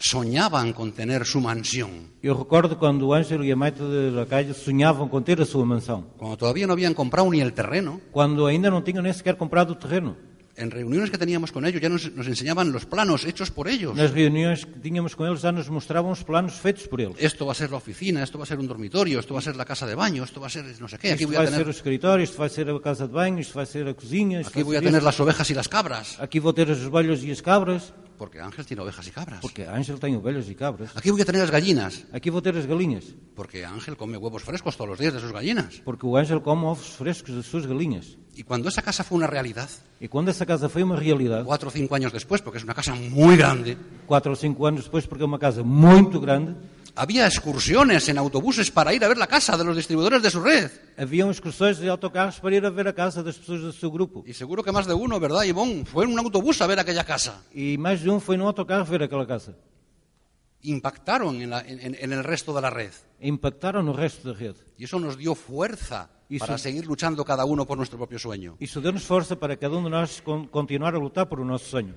soñaban con tener su mansión,
Eu recordo quando o Ângelo e a Maite de Lacalle sonhavam com ter a sua mansão,
cuando todavía no habían comprado ni el terreno.
quando ainda não tinham nem sequer comprado o terreno.
En reuniones que teníamos con ellos ya nos, nos enseñaban los planos hechos por ellos.
Nas reuniões que tínhamos com eles já nos mostravam os planos feitos por eles.
Esto va a ser la oficina, esto va a ser un dormitorio, esto va a ser la casa de baño, esto va a ser no sé qué. Aquí
Isto
voy a
vai ser o
tener,
escritório, isto vai ser a casa de banho, isto vai ser a cozinha, isto
aquí voy
vai
a
ser
tener
isto.
las ovejas y las cabras,
aqui vou ter as ovelhas e as cabras,
porque Ángel tiene ovejas y cabras.
porque Ângelo tem ovelhas e cabras.
Aquí voy a tener las gallinas,
Aqui vou ter as galinhas,
porque Ángel come huevos frescos todos los días de sus gallinas.
porque o Ângelo come ovos frescos das suas galinhas.
Y cuando esa casa fue una realidad,
E quando essa casa foi uma realidade,
cuatro o cinco años después, porque es una casa muy grande,
quatro ou cinco anos depois, porque é uma casa muito grande,
Había excursiones en autobuses para ir a ver la casa de los distribuidores de su red.
haviam excursões de autocarros para ir a ver a casa das pessoas do seu grupo.
Y seguro que más de uno, ¿verdad, Ivón? Fue en un autobús a ver aquella casa.
E mais de um foi num autocarro ver aquela casa.
Impactaron en, la- en- en el resto de la red.
Impactaram no resto da rede.
Y eso nos dio fuerza
Y
para
sí.
seguir luchando cada uno por nuestro propio sueño.
Isso deu-nos força para cada um de nós con- continuar a lutar por o nosso sonho.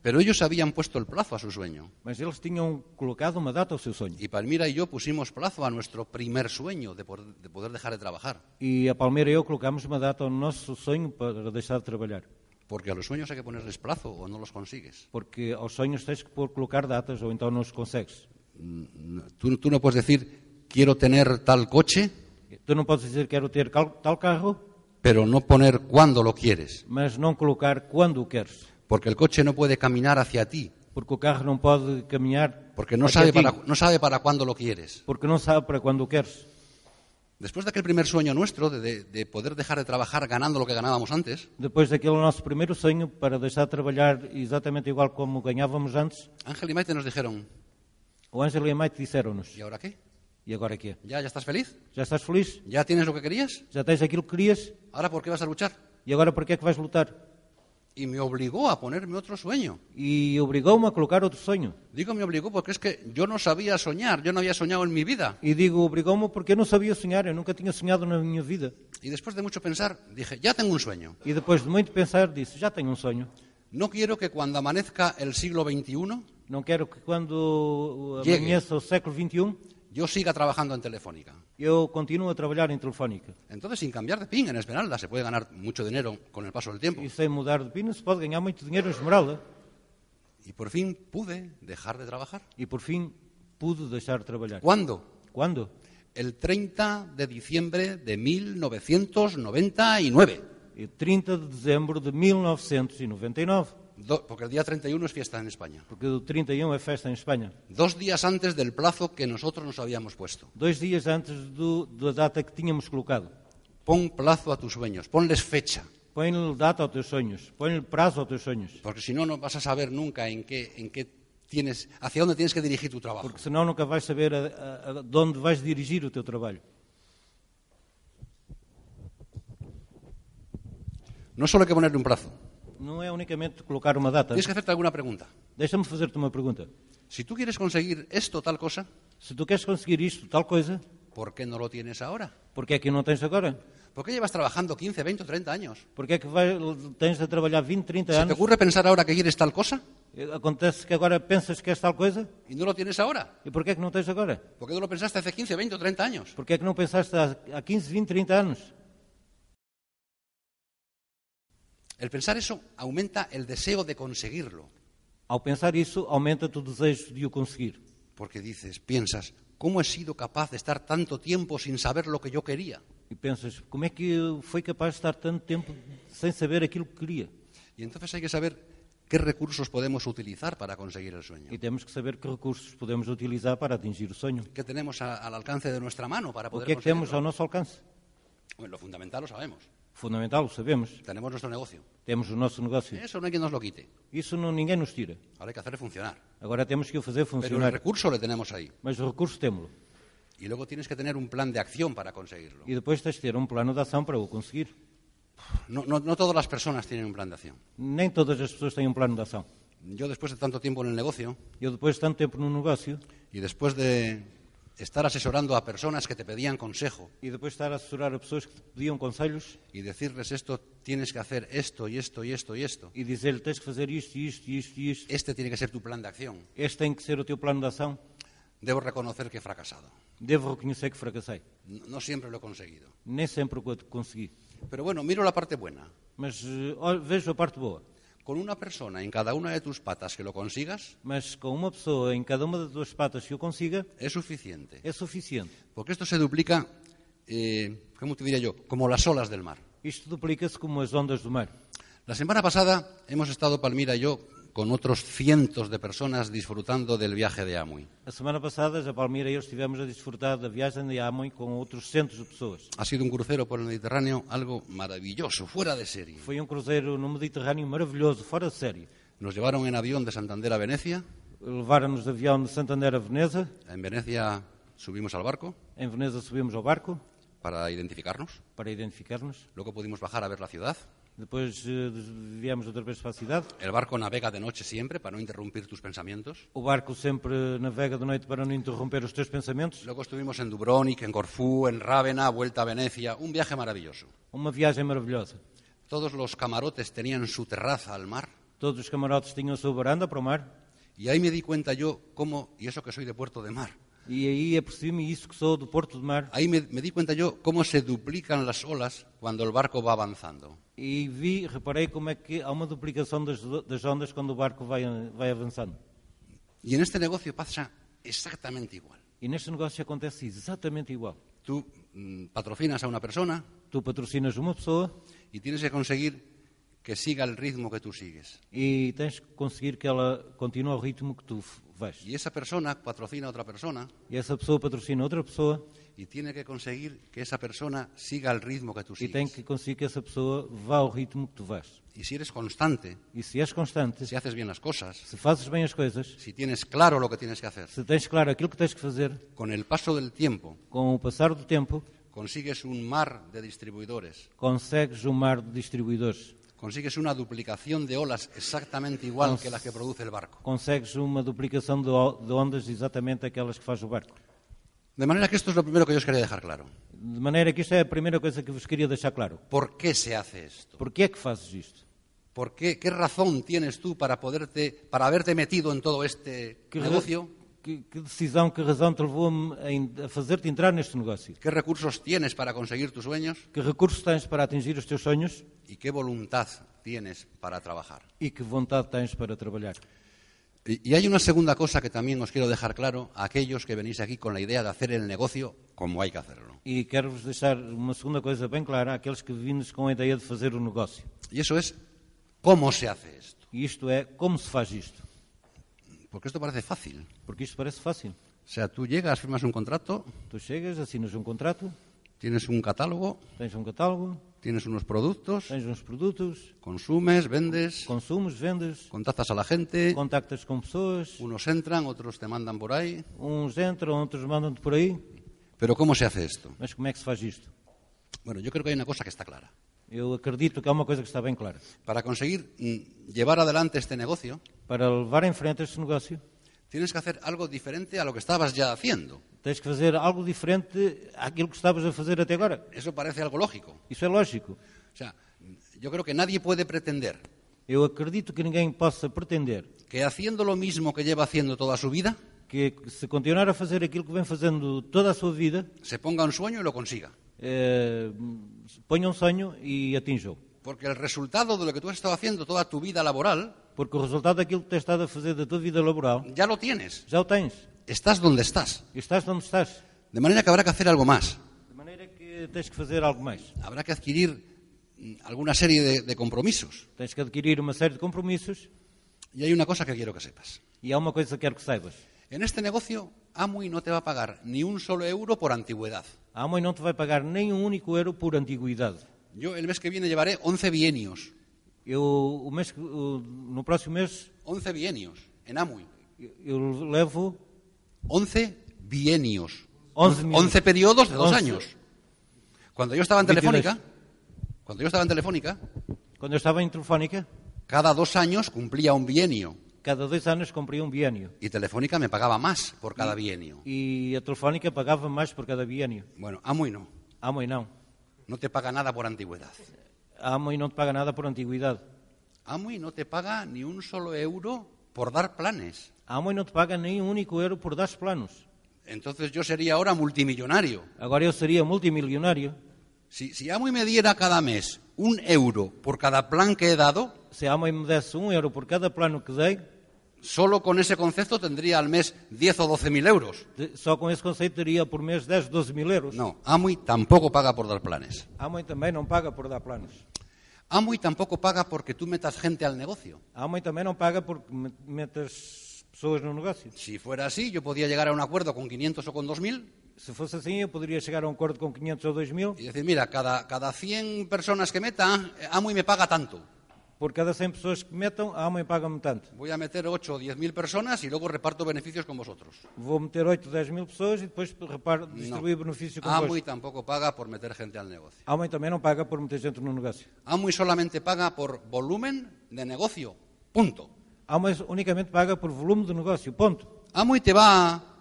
Pero ellos habían puesto el plazo a su sueño.
Mas eles tinham colocado uma data ao seu sonho.
Y Palmira y yo pusimos plazo a nuestro primer sueño de poder, de poder dejar de trabajar.
E a Palmeira e eu colocámos uma data ao nosso sonho para deixar de trabalhar.
Porque a los sueños hay que ponerles plazo o no los consigues.
Porque aos sonhos tens que pôr, colocar datas ou então não os consegues.
No- Tú, tú no puedes decir, quiero tener tal coche,
Tu não podes dizer quero ter cal- tal carro,
pero no poner cuándo lo quieres.
mas não colocar quando o queres.
Porque el coche no puede caminar hacia ti,
Porque o carro não pode caminhar
porque no
até
sabe,
ti,
para, no sabe para cuándo lo quieres.
porque não sabe para quando o queres.
Después de aquel primer sueño nuestro de, de- de poder dejar de trabajar ganando lo que ganábamos antes,
Depois daquele nosso primeiro sonho para deixar de trabalhar exatamente igual como ganhávamos antes,
Ángel y Maite nos dijeron,
o Ângelo e a Maite disseram-nos:
¿y ahora quê?
E agora quê?
¿Ya, ¿Ya estás feliz?
Já estás feliz?
¿Ya tienes lo que querías?
Já tens aquilo que querias?
¿Ahora por qué vas a luchar?
E agora para que é que vais lutar?
Y me obligó a ponerme otro sueño.
E obrigou-me a colocar outro sonho.
Digo me obligó porque es que yo no sabía soñar, yo no había soñado en mi vida.
E digo obrigou-me porque eu não sabia sonhar, eu nunca tinha sonhado na minha vida.
Y después de mucho pensar, dije, ya tengo un sueño.
E depois de muito pensar, disse: Já tenho um sonho.
No quiero que cuando amanezca el siglo XXI
Não quero que quando
Llegue.
amanheça o século XXI
yo siga trabajando en Telefónica.
eu continuo a trabalhar em telefónica.
Entonces, sin cambiar de pin en Esmeralda, se puede ganar mucho dinero con el paso del tiempo.
E sem mudar de pino se pode ganhar muito dinheiro em Esmeralda.
Y por fin pude dejar de trabajar.
E por fim, pude deixar de trabalhar.
¿Cuándo?
Quando?
El 30 de diciembre de 1999.
E 30 de dezembro de 1999,
Do- porque el día 31 es fiesta en España.
porque o 31 é festa em Espanha.
Dos días antes del plazo que nosotros nos habíamos puesto.
Dois dias antes do, da data que tínhamos colocado.
Pon plazo a tus sueños, ponles fecha,
Põe-lhe data aos teus sonhos, põe-lhe prazo aos teus sonhos,
porque si no, no vas a saber nunca en qué, en qué tienes, hacia dónde tienes que dirigir tu trabajo.
porque senão nunca vais saber a, a, a, de onde vais dirigir o teu trabalho.
No solo hay que ponerle un plazo,
Não é unicamente colocar uma data.
tienes que hacerte alguna pregunta.
Deixa-me fazer-te uma pergunta.
Si tú quieres conseguir esto, tal cosa,
Se tu queres conseguir isto, tal coisa,
¿por qué no lo tienes ahora?
porque é que não tens agora?
¿Por qué llevas trabajando 15, 20 o 30 años?
Porque é que vai, tens a trabalhar 20, 30
¿Se te
anos?
ocurre pensar ahora que quieres tal cosa
Acontece que agora pensas que és tal coisa?
y no lo tienes ahora?
E porquê é que não tens agora?
¿Por qué no lo pensaste hace 15, 20 o 30 años?
Porquê é que não pensaste há há 15, 20, 30 anos?
El pensar eso aumenta el deseo de conseguirlo,
Ao pensar isso, aumenta-te o desejo de o conseguir.
porque dices, piensas, ¿cómo he sido capaz de estar tanto tiempo sin saber lo que yo quería?
E pensas, como é que eu fui capaz de estar tanto tempo sem saber aquilo que queria?
Y entonces hay que saber qué recursos podemos utilizar para conseguir el
E
sueño,
temos que saber que recursos podemos utilizar para atingir o sonho.
qué tenemos a- al alcance de nuestra mano para
O
poder
que é que temos
conseguirlo.
ao nosso alcance?
Bueno, lo fundamental lo sabemos,
Fundamental, o sabemos.
tenemos nuestro negocio.
Temos o nosso negócio.
Eso no hay quien nos lo quite.
Isso não, ninguém nos tira.
Ahora hay que hacer funcionar.
Agora temos que o fazer
Pero el
funcionar.
recurso le tenemos ahí.
Mas o recurso temos-lo.
Y luego tienes que tener un plan de acción para conseguirlo.
E depois tens de ter um plano de ação para o conseguir.
No, no- no todas las personas tienen un plan de acción.
Nem todas as pessoas têm um plano de ação.
Yo después de tanto tiempo en el negocio
Eu, depois de tanto tempo no negócio,
y después de estar asesorando a personas que te pedían consejo
e depois de estar a assessorar a pessoas que te pediam conselhos
y decirles esto, tienes que hacer esto y esto y esto y esto,
e dizer-lhe tens que fazer isto, isto, isto e isto,
este tiene que ser tu plan de acción.
este tem que ser o teu plano de ação,
Debo reconocer que he fracasado.
devo reconhecer que fracassei.
No, no siempre lo he conseguido.
Nem sempre o co- consegui.
Pero bueno, miro la parte buena.
Mas eh, olha, vejo a parte boa.
Con una persona en cada una de tus patas que lo consigas
Mas com uma pessoa em cada uma das duas patas que eu consiga,
es suficiente.
é suficiente.
Porque esto se duplica, eh, ¿cómo te diría yo? Como las olas del mar.
Isto duplica-se como as ondas do mar.
La semana pasada hemos estado Palmira y yo con otros cientos de personas disfrutando del viaje de Amui.
A semana passada, a Palmeira e eu estivemos a desfrutar da viagem de Amon com outros centos de pessoas.
Ha sido un crucero por el Mediterráneo algo maravilloso, fuera de serie.
Foi um cruzeiro no Mediterrâneo maravilhoso, fora de série.
Nos llevaron en avión de Santander a Venecia.
Levaram-nos de avião de Santander a Veneza.
En Venecia subimos al barco
Em Veneza subimos ao barco
para identificarnos.
para identificar-nos.
Luego pudimos bajar a ver la ciudad.
Depois eh, des- viemos outra vez para a cidade.
El barco navega de noche siempre para no interrumpir tus pensamientos.
O barco sempre navega de noite para não interromper os teus pensamentos.
Luego estuvimos en Dubrovnik, en Corfú, en Rávena, vuelta a Venecia. Un viaje maravilloso.
Uma viagem maravilhosa.
Todos los camarotes tenían su terraza al mar.
Todos os camarotes tinham a sua varanda para o mar.
Y ahí me di cuenta yo cómo, y eso que soy de Puerto de Mar,
E aí apercebi-me isso que sou do Porto do Mar.
ahí me, me di cuenta yo cómo se duplican las olas cuando el barco va avanzando.
E vi, reparei como é que há uma duplicação das, das ondas quando o barco vai, vai avançando.
Y en este negocio pasa exactamente igual.
E neste negócio acontece exatamente igual.
Tú mm, patrocinas a una persona
Tu patrocinas uma pessoa
y tienes que conseguir que siga el ritmo que tú sigues.
e tens que conseguir que ela continue ao ritmo que tu f- vais.
Y esa persona patrocina a otra persona
E essa pessoa patrocina outra pessoa
y tiene que conseguir que esa persona siga el ritmo que tú
e tem
sigues.
que conseguir que essa pessoa vá ao ritmo que tu vais.
Y si eres constante,
E se és constante,
si haces bien las cosas,
se fazes bem as coisas,
si tienes claro lo que tienes que hacer,
se tens claro aquilo que tens que fazer,
con el paso del tiempo
com o passar do tempo,
consigues un mar de distribuidores,
consegues um mar de distribuidores.
consigues una duplicación de olas exactamente igual que las que produce el barco.
consegues uma duplicação de o- de ondas exatamente aquelas que faz o barco.
De manera que esto es lo primero que yo os quería dejar claro.
De maneira que isto é a primeira coisa que vos queria deixar claro.
¿Por qué se hace esto?
Porquê é que fazes isto?
¿Por qué? ¿Qué razón tienes tú para, poderte, para haberte metido en todo este
Que,
negocio?
que- que decisão, que razão te levou-me a en- a fazer-te entrar neste negócio?
¿Qué recursos tienes para conseguir tus sueños?
Que recursos tens para atingir os teus sonhos?
¿Y qué voluntad tienes para trabajar?
E que vontade tens para trabalhar?
Y y hay una segunda cosa que también os quiero dejar claro a aquellos que venís aquí con la idea de hacer el negocio como hay que hacerlo.
E quero-vos deixar uma segunda coisa bem clara àqueles que vimos com a ideia de fazer o negócio.
Y eso es cómo se hace esto.
E isto é, como se faz isto?
Porque esto parece fácil.
Porque isto parece fácil.
O sea, tú llegas, firmas un contrato,
Tu chegas, assinas um contrato,
tienes un catálogo,
tens um catálogo,
tienes unos productos,
tens uns produtos,
consumes, vendes,
consumos, vendas,
contactas a la gente,
contactas com pessoas,
unos entran, otros te mandan por ahí.
uns entram, outros mandam-te por aí.
Pero ¿cómo se hace esto?
Mas como é que se faz isto?
Bueno, yo creo que hay una cosa que está clara.
Eu acredito que há uma coisa que está bem clara.
Para conseguir mm, llevar adelante este negocio,
Para levar em frente este negócio,
tienes que hacer algo diferente a lo que estabas ya haciendo.
tens que fazer algo diferente àquilo que estavas a fazer até agora.
Eso parece algo lógico.
Isso é lógico.
O sea, yo creo que nadie puede pretender
Eu acredito que ninguém possa pretender
que haciendo lo mismo que lleva haciendo toda su vida,
que se continuar a fazer aquilo que vem fazendo toda a sua vida,
se ponga un sueño y lo consiga.
eh, ponha um sonho e atinja-o.
Porque el resultado de lo que tú has estado haciendo toda tu vida laboral,
Porque o resultado daquilo que tens estado a fazer da tua vida laboral,
ya lo tienes.
já o tens.
Estás donde estás.
E estás onde estás.
De manera que habrá que hacer algo más.
De maneira que tens que fazer algo mais.
Habrá que adquirir mm, alguna serie de, de compromisos.
Tens que adquirir uma série de compromissos
Y hay una cosa que quiero que sepas.
e há uma coisa que quero que saibas.
En este negocio, Amway no te va a pagar ni un solo euro por antigüedad.
A Amoi não te vai pagar nem um único euro por antiguidade.
Yo el mes que viene llevaré 11 bienios.
Eu, o mês, que- o- no próximo mês,
11 bienios en Amway.
eu- eu levo
11 bienios.
11
11,
minutos.
periodos de dos
11.
años. Cuando yo estaba en
22.
Telefónica, cuando yo estaba en Telefónica,
Quando eu estava em Telefónica,
cada dos años cumplía un bienio
cada dois anos comprei um biênio.
y Telefónica me pagaba más por cada bienio.
E a Telefónica pagava mais por cada biênio.
Bueno, Amway no,
A Amoi não.
no te paga nada por antigüedad.
A Amoi não te paga nada por antiguidade.
Amway no te paga ni un solo euro por dar planes.
A Amoi não te paga nem um único euro por dar planos.
Entonces yo sería ahora multimillonario.
Agora eu seria multimilionário
Si, si Amway me diera cada mes un euro por cada plan que he dado,
se a Amoi me desse um euro por cada plano que dei.
solo con ese concepto tendría al mes 10 o 12 mil euros.
de- Só com esse conceito teria por mês 10, 12 mil euros.
No, Amway tampoco paga por dar planes.
A Amoi também não paga por dar planos.
Amway tampoco paga porque tú metas gente al negocio.
A Amoi também não paga porque me- metas pessoas no negócio.
Si fuera así, yo podía llegar a un acuerdo con 500 o con 2000
Se fosse assim, eu poderia chegar a um acordo com 500 ou 2 mil.
y decir, mira, cada, cada 100 personas que meta, eh, Amway me paga tanto.
Por cada 100 pessoas que metam, a Amoi paga-me tanto.
Voy a meter 8 o 10 mil personas y luego reparto beneficios con vosotros.
Vou meter 8, 10 mil pessoas e depois reparo, distribuir benefício
Amway
convosco.
tampoco paga por meter gente al negocio.
A Amoi também não paga por meter gente no negócio.
Amway solamente paga por volumen de negocio. Punto.
A Amoi unicamente paga por volume de negócio, ponto.
Amway te va a-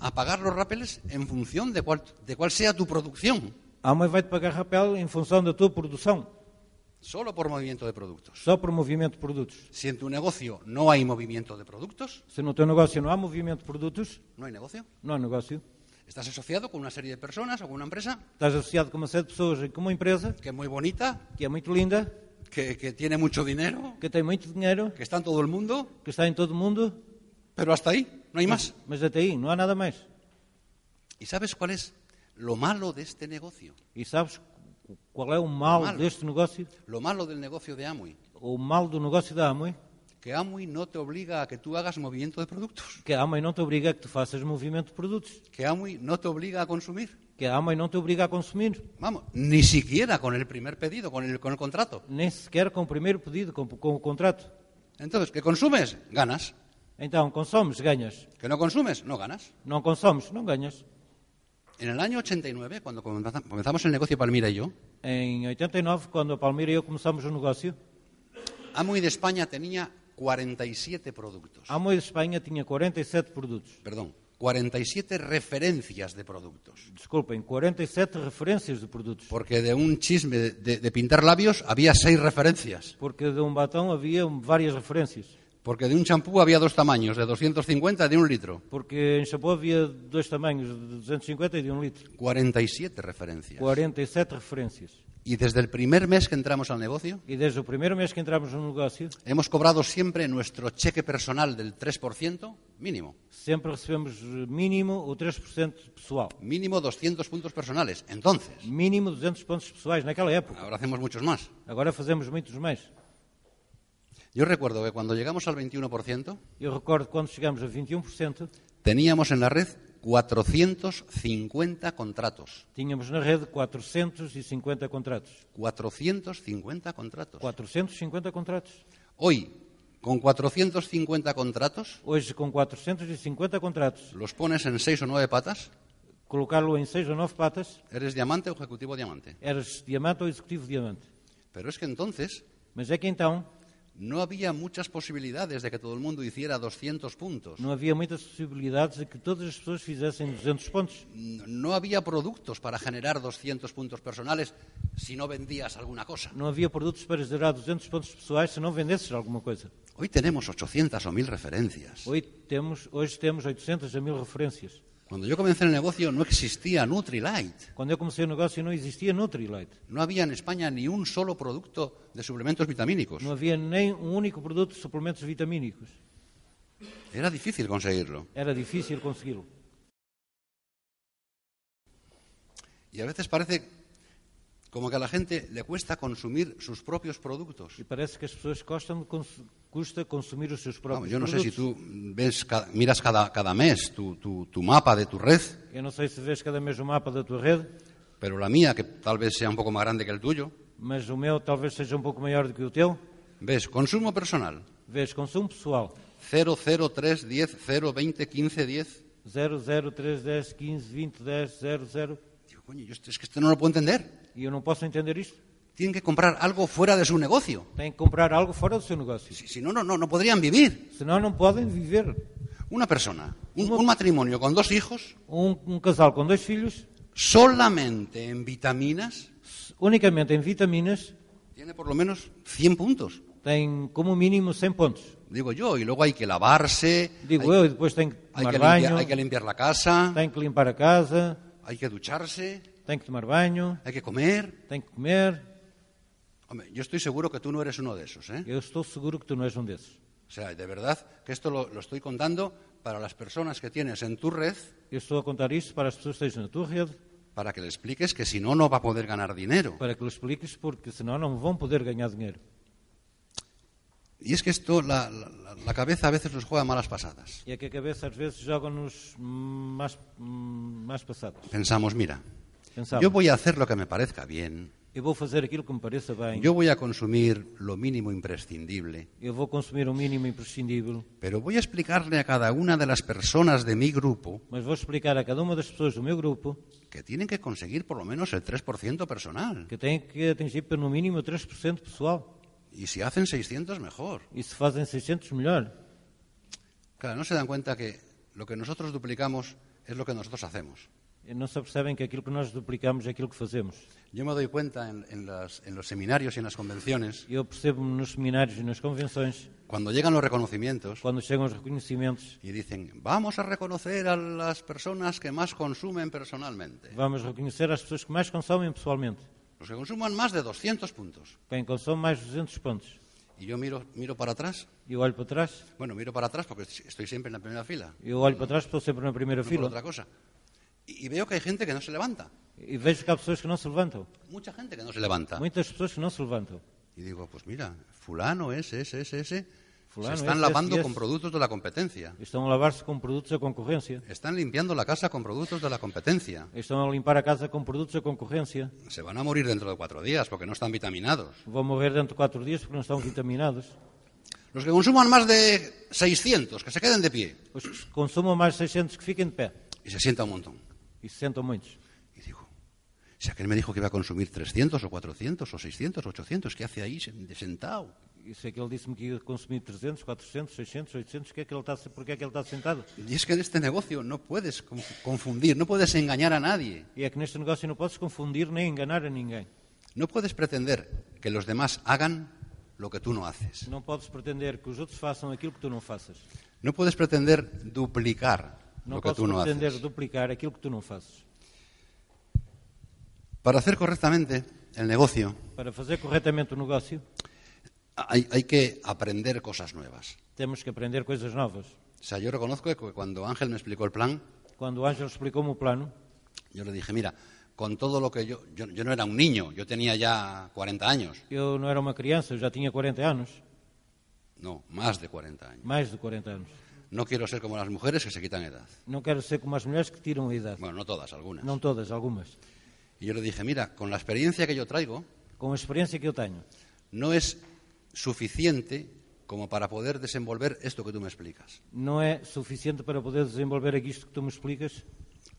a pagar los rappels en función de cuál, de cuál sea tu producción,
A Amoi vai-te pagar rapel em função da tua produção,
solo por movimiento de productos.
só por movimento de produtos.
Si en tu negocio no hay movimiento de productos,
Se no teu negócio não há movimento de produtos,
no hay negocio.
não há negócio.
Estás asociado con una serie de personas o con una empresa
Estás associado com uma série de pessoas e com uma empresa
que es muy bonita,
que é muito linda,
que, que tiene mucho dinero,
que tem muito dinheiro,
que está en todo el mundo,
que está em todo o mundo,
pero hasta ahí, no hay más.
mas até aí não há nada mais.
¿Y sabes cuál es lo malo de este negocio?
E sabes qual é o mal
Malo.
deste negócio?
Lo malo del negocio de Amway.
O mal do negócio da Amoi?
Que Amway no te obliga a que tú hagas movimiento de productos,
Que a Amoi não te obriga a que tu faças movimento de produtos.
que Amway no te obliga a consumir.
Que a Amoi não te obriga a consumir.
Vamos, ni siquiera con el primer pedido, con el, con el contrato.
Nem sequer com o primeiro pedido, com, com o contrato.
Entonces, ¿que consumes? Ganas.
Então, consomes, ganhas.
¿Que no consumes? No ganas.
Não consomes, não ganhas.
En el año 89, cuando comenzam- comenzamos el negocio Palmira y yo,
Em 89, quando a Palmira e eu começamos o negócio,
Amway de España tenía 47 productos.
a Amoi de Espanha tinha 47 produtos.
Perdón, 47 referencias de productos.
Desculpem, 47 referências de produtos.
Porque de un chisme de, de pintar labios había seis referencias.
Porque de um batom havia várias referências.
Porque de un champú había dos tamaños, de 250 y de un litro.
Porque em shampoo havia dois tamanhos, de 250 e de 1 litro.
47 referencias.
47 referências.
Y desde el primer mes que entramos al negocio,
E desde o primeiro mês que entramos no negócio,
hemos cobrado siempre nuestro cheque personal del 3% mínimo.
sempre recebemos eh, mínimo o 3% pessoal.
Mínimo 200 puntos personales. Entonces,
Mínimo 200 pontos pessoais naquela época.
ahora hacemos muchos más.
Agora fazemos muitos mais.
Yo recuerdo que cuando llegamos al 21%,
Eu recordo quando chegamos a 21%,
teníamos en la red 450 contratos.
tínhamos na rede 450 contratos.
450 contratos.
450 contratos.
Hoy, con 450 contratos,
Hoje, com 450 contratos,
los pones en seis o nueve patas,
colocá-lo em seis ou nove patas,
eres diamante o ejecutivo diamante.
eras diamante ou executivo diamante.
Pero es que entonces
Mas é que então
no había muchas posibilidades de que todo el mundo hiciera 200 puntos.
não havia muitas possibilidades de que todas as pessoas fizessem 200 pontos.
N- No había productos para generar 200 puntos personales si no vendías alguna cosa.
Não havia produtos para gerar 200 pontos pessoais se não vendesses alguma coisa.
Hoy tenemos 800 o 1000 referencias.
Hoje temos, hoje temos 800 a 1000 referências.
Cuando yo comencé el negocio no existía Nutrilite.
Quando eu comecei o negócio não existia Nutrilite.
No había en España ni un solo producto de suplementos vitamínicos.
Não havia nem um único produto de suplementos vitamínicos.
Era difícil conseguirlo.
Era difícil consegui-lo.
Y a veces parece como que a la gente le cuesta consumir sus propios productos.
E parece que as pessoas gostam de cons custa consumir os seus
Vamos,
próprios
yo no sé
produtos.
si tú ves, ca- miras cada, cada mes tu, tu- tu mapa de tu red,
Eu não sei se vês cada mês o mapa da tua rede,
pero la mía, que tal vez sea un poco más grande que el tuyo,
mas o meu talvez seja um pouco maior do que o teu.
ves consumo personal,
Vês consumo pessoal
0, 0, 3, 10, 0, 20, 15, 10.
0, 0, 3, 10, 15, 20, 10, 0, 0.
Digo, coño, yo esto- es que esto no lo puedo entender.
E eu não posso entender isto.
Tienen que comprar algo fuera de su negocio.
Tem que comprar algo fora do seu negócio.
Si, si no, no, no, no podrían vivir.
Senão não podem viver.
Una persona, un- un matrimonio con dos hijos,
Um, um casal com dois filhos,
solamente en vitaminas,
unicamente em vitaminas,
tiene por lo menos 100 puntos.
tem como mínimo 100 pontos.
Digo yo, y luego hay que lavarse,
Digo
hay,
eu, e depois tem que
hay
tomar
que
banho,
limpiar, hay que limpiar la casa,
tem que limpar a casa,
hay que ducharse,
tem que tomar banho,
hay que comer.
tem que comer.
Hombre, yo estoy seguro que tú no eres uno de esos, ¿eh?
Eu estou seguro que tu não és um desses.
O sea, de verdad que esto lo, lo estoy contando para las personas que tienes en tu red,
Eu estou a contar isto para as pessoas que estejam na tua rede,
para que le expliques que si no, no va a poder ganar dinero.
para que lhes expliques, porque senão não vão poder ganhar dinheiro.
Y es que esto, la, la- la cabeza a veces nos juega malas pasadas.
E é que a cabeça às vezes joga-nos mais, mais passadas.
Pensamos, mira,
Pensava,
yo
eu vou...
voy a hacer lo que me parezca bien,
fazer aquilo que me pareça bem,
Yo
eu...
voy a consumir lo mínimo imprescindible,
vou consumir o mínimo imprescindível,
pero voy a explicarle a cada una de las personas de mi grupo
mas vou explicar a cada uma das pessoas do meu grupo
que tienen que conseguir por lo menos el 3% personal.
que têm que atingir pelo no mínimo 3% pessoal.
Y si hacen 600, mejor.
E se fazem 600, melhor.
Claro, no se dan cuenta que lo que nosotros duplicamos es lo que nosotros hacemos.
E Não se percebem que aquilo que nós duplicamos é aquilo que fazemos.
Yo me doy cuenta en, en las- en los seminarios y en las convenciones,
Eu percebo-me nos seminários e nas convenções,
cuando llegan los reconocimientos
quando chegam os reconhecimentos,
y dicen, vamos a reconocer a las personas que más consumen personalmente,
vamos reconhecer as pessoas que mais consomem pessoalmente.
los que consuman más de 200 puntos.
Quem consome mais de 200 pontos.
Y yo miro, miro para atrás
E Eu olho para trás,
Bueno, miro para atrás porque estoy siempre en la primera fila, no
eu olho para trás, estou sempre na primeira
por
fila,
otra cosa. Y, y veo que hay gente que no se levanta,
e vejo que há pessoas que não se levantam.
mucha gente que no se levanta.
Muitas pessoas que não se levantam.
Y digo, pues mira, fulano ese, ese, ese, ese,
Fulano,
se están
ese,
lavando
ese,
con
ese.
productos de la competencia,
Estão a lavar-se com produtos da concorrência.
están limpiando la casa con productos de la competencia,
Estão a limpar a casa com produtos da concorrência.
se van a morir dentro de cuatro días porque no están vitaminados.
Vão morrer dentro de quatro dias porque não estão contaminados.
Los que consuman más de 600, que se queden de pie.
Os que consumam mais 600 que fiquem de pé.
Y se sienta un montón.
E se sentam muitos.
Y digo, si aquel me dijo que iba a consumir 300 o 400 o 600 o 800, ¿qué hace ahí sen- sentado?
E sei que ele disse-me que ia consumir 300, 400, 600, 800. Que é que ele está, porque é que ele está sentado?
Y es que en este negocio no puedes con- confundir, no puedes engañar a nadie,
E é que neste negócio não podes confundir nem enganar a ninguém.
no puedes pretender que los demás hagan lo que tú no haces,
Não podes pretender que os outros façam aquilo que tu não faças.
no puedes pretender duplicar lo
Não
que
podes
tú no
pretender
haces.
duplicar aquilo que tu não faças.
Para hacer correctamente el negocio
Para fazer corretamente o negócio,
hay, hay que aprender cosas nuevas.
temos que aprender coisas novas.
O sea, yo reconozco que cuando Ángel me explicó el plan,
Quando o Ângelo explicou-me o plano,
yo le dije, mira, con todo lo que yo, yo, yo no era un niño, yo tenía ya 40 años,
eu não era uma criança, eu já tinha 40 anos,
no, más de 40 años.
mais de 40 anos.
No quiero ser como las mujeres que se quitan edad.
Não quero ser como as mulheres que tiram a idade.
Bueno, no todas, algunas.
Não todas, algumas.
Y yo le dije, mira, con la experiencia que yo traigo,
Com a experiência que eu tenho,
no es suficiente como para poder desenvolver esto que tú me explicas.
não é suficiente para poder desenvolver aqui isto que tu me explicas,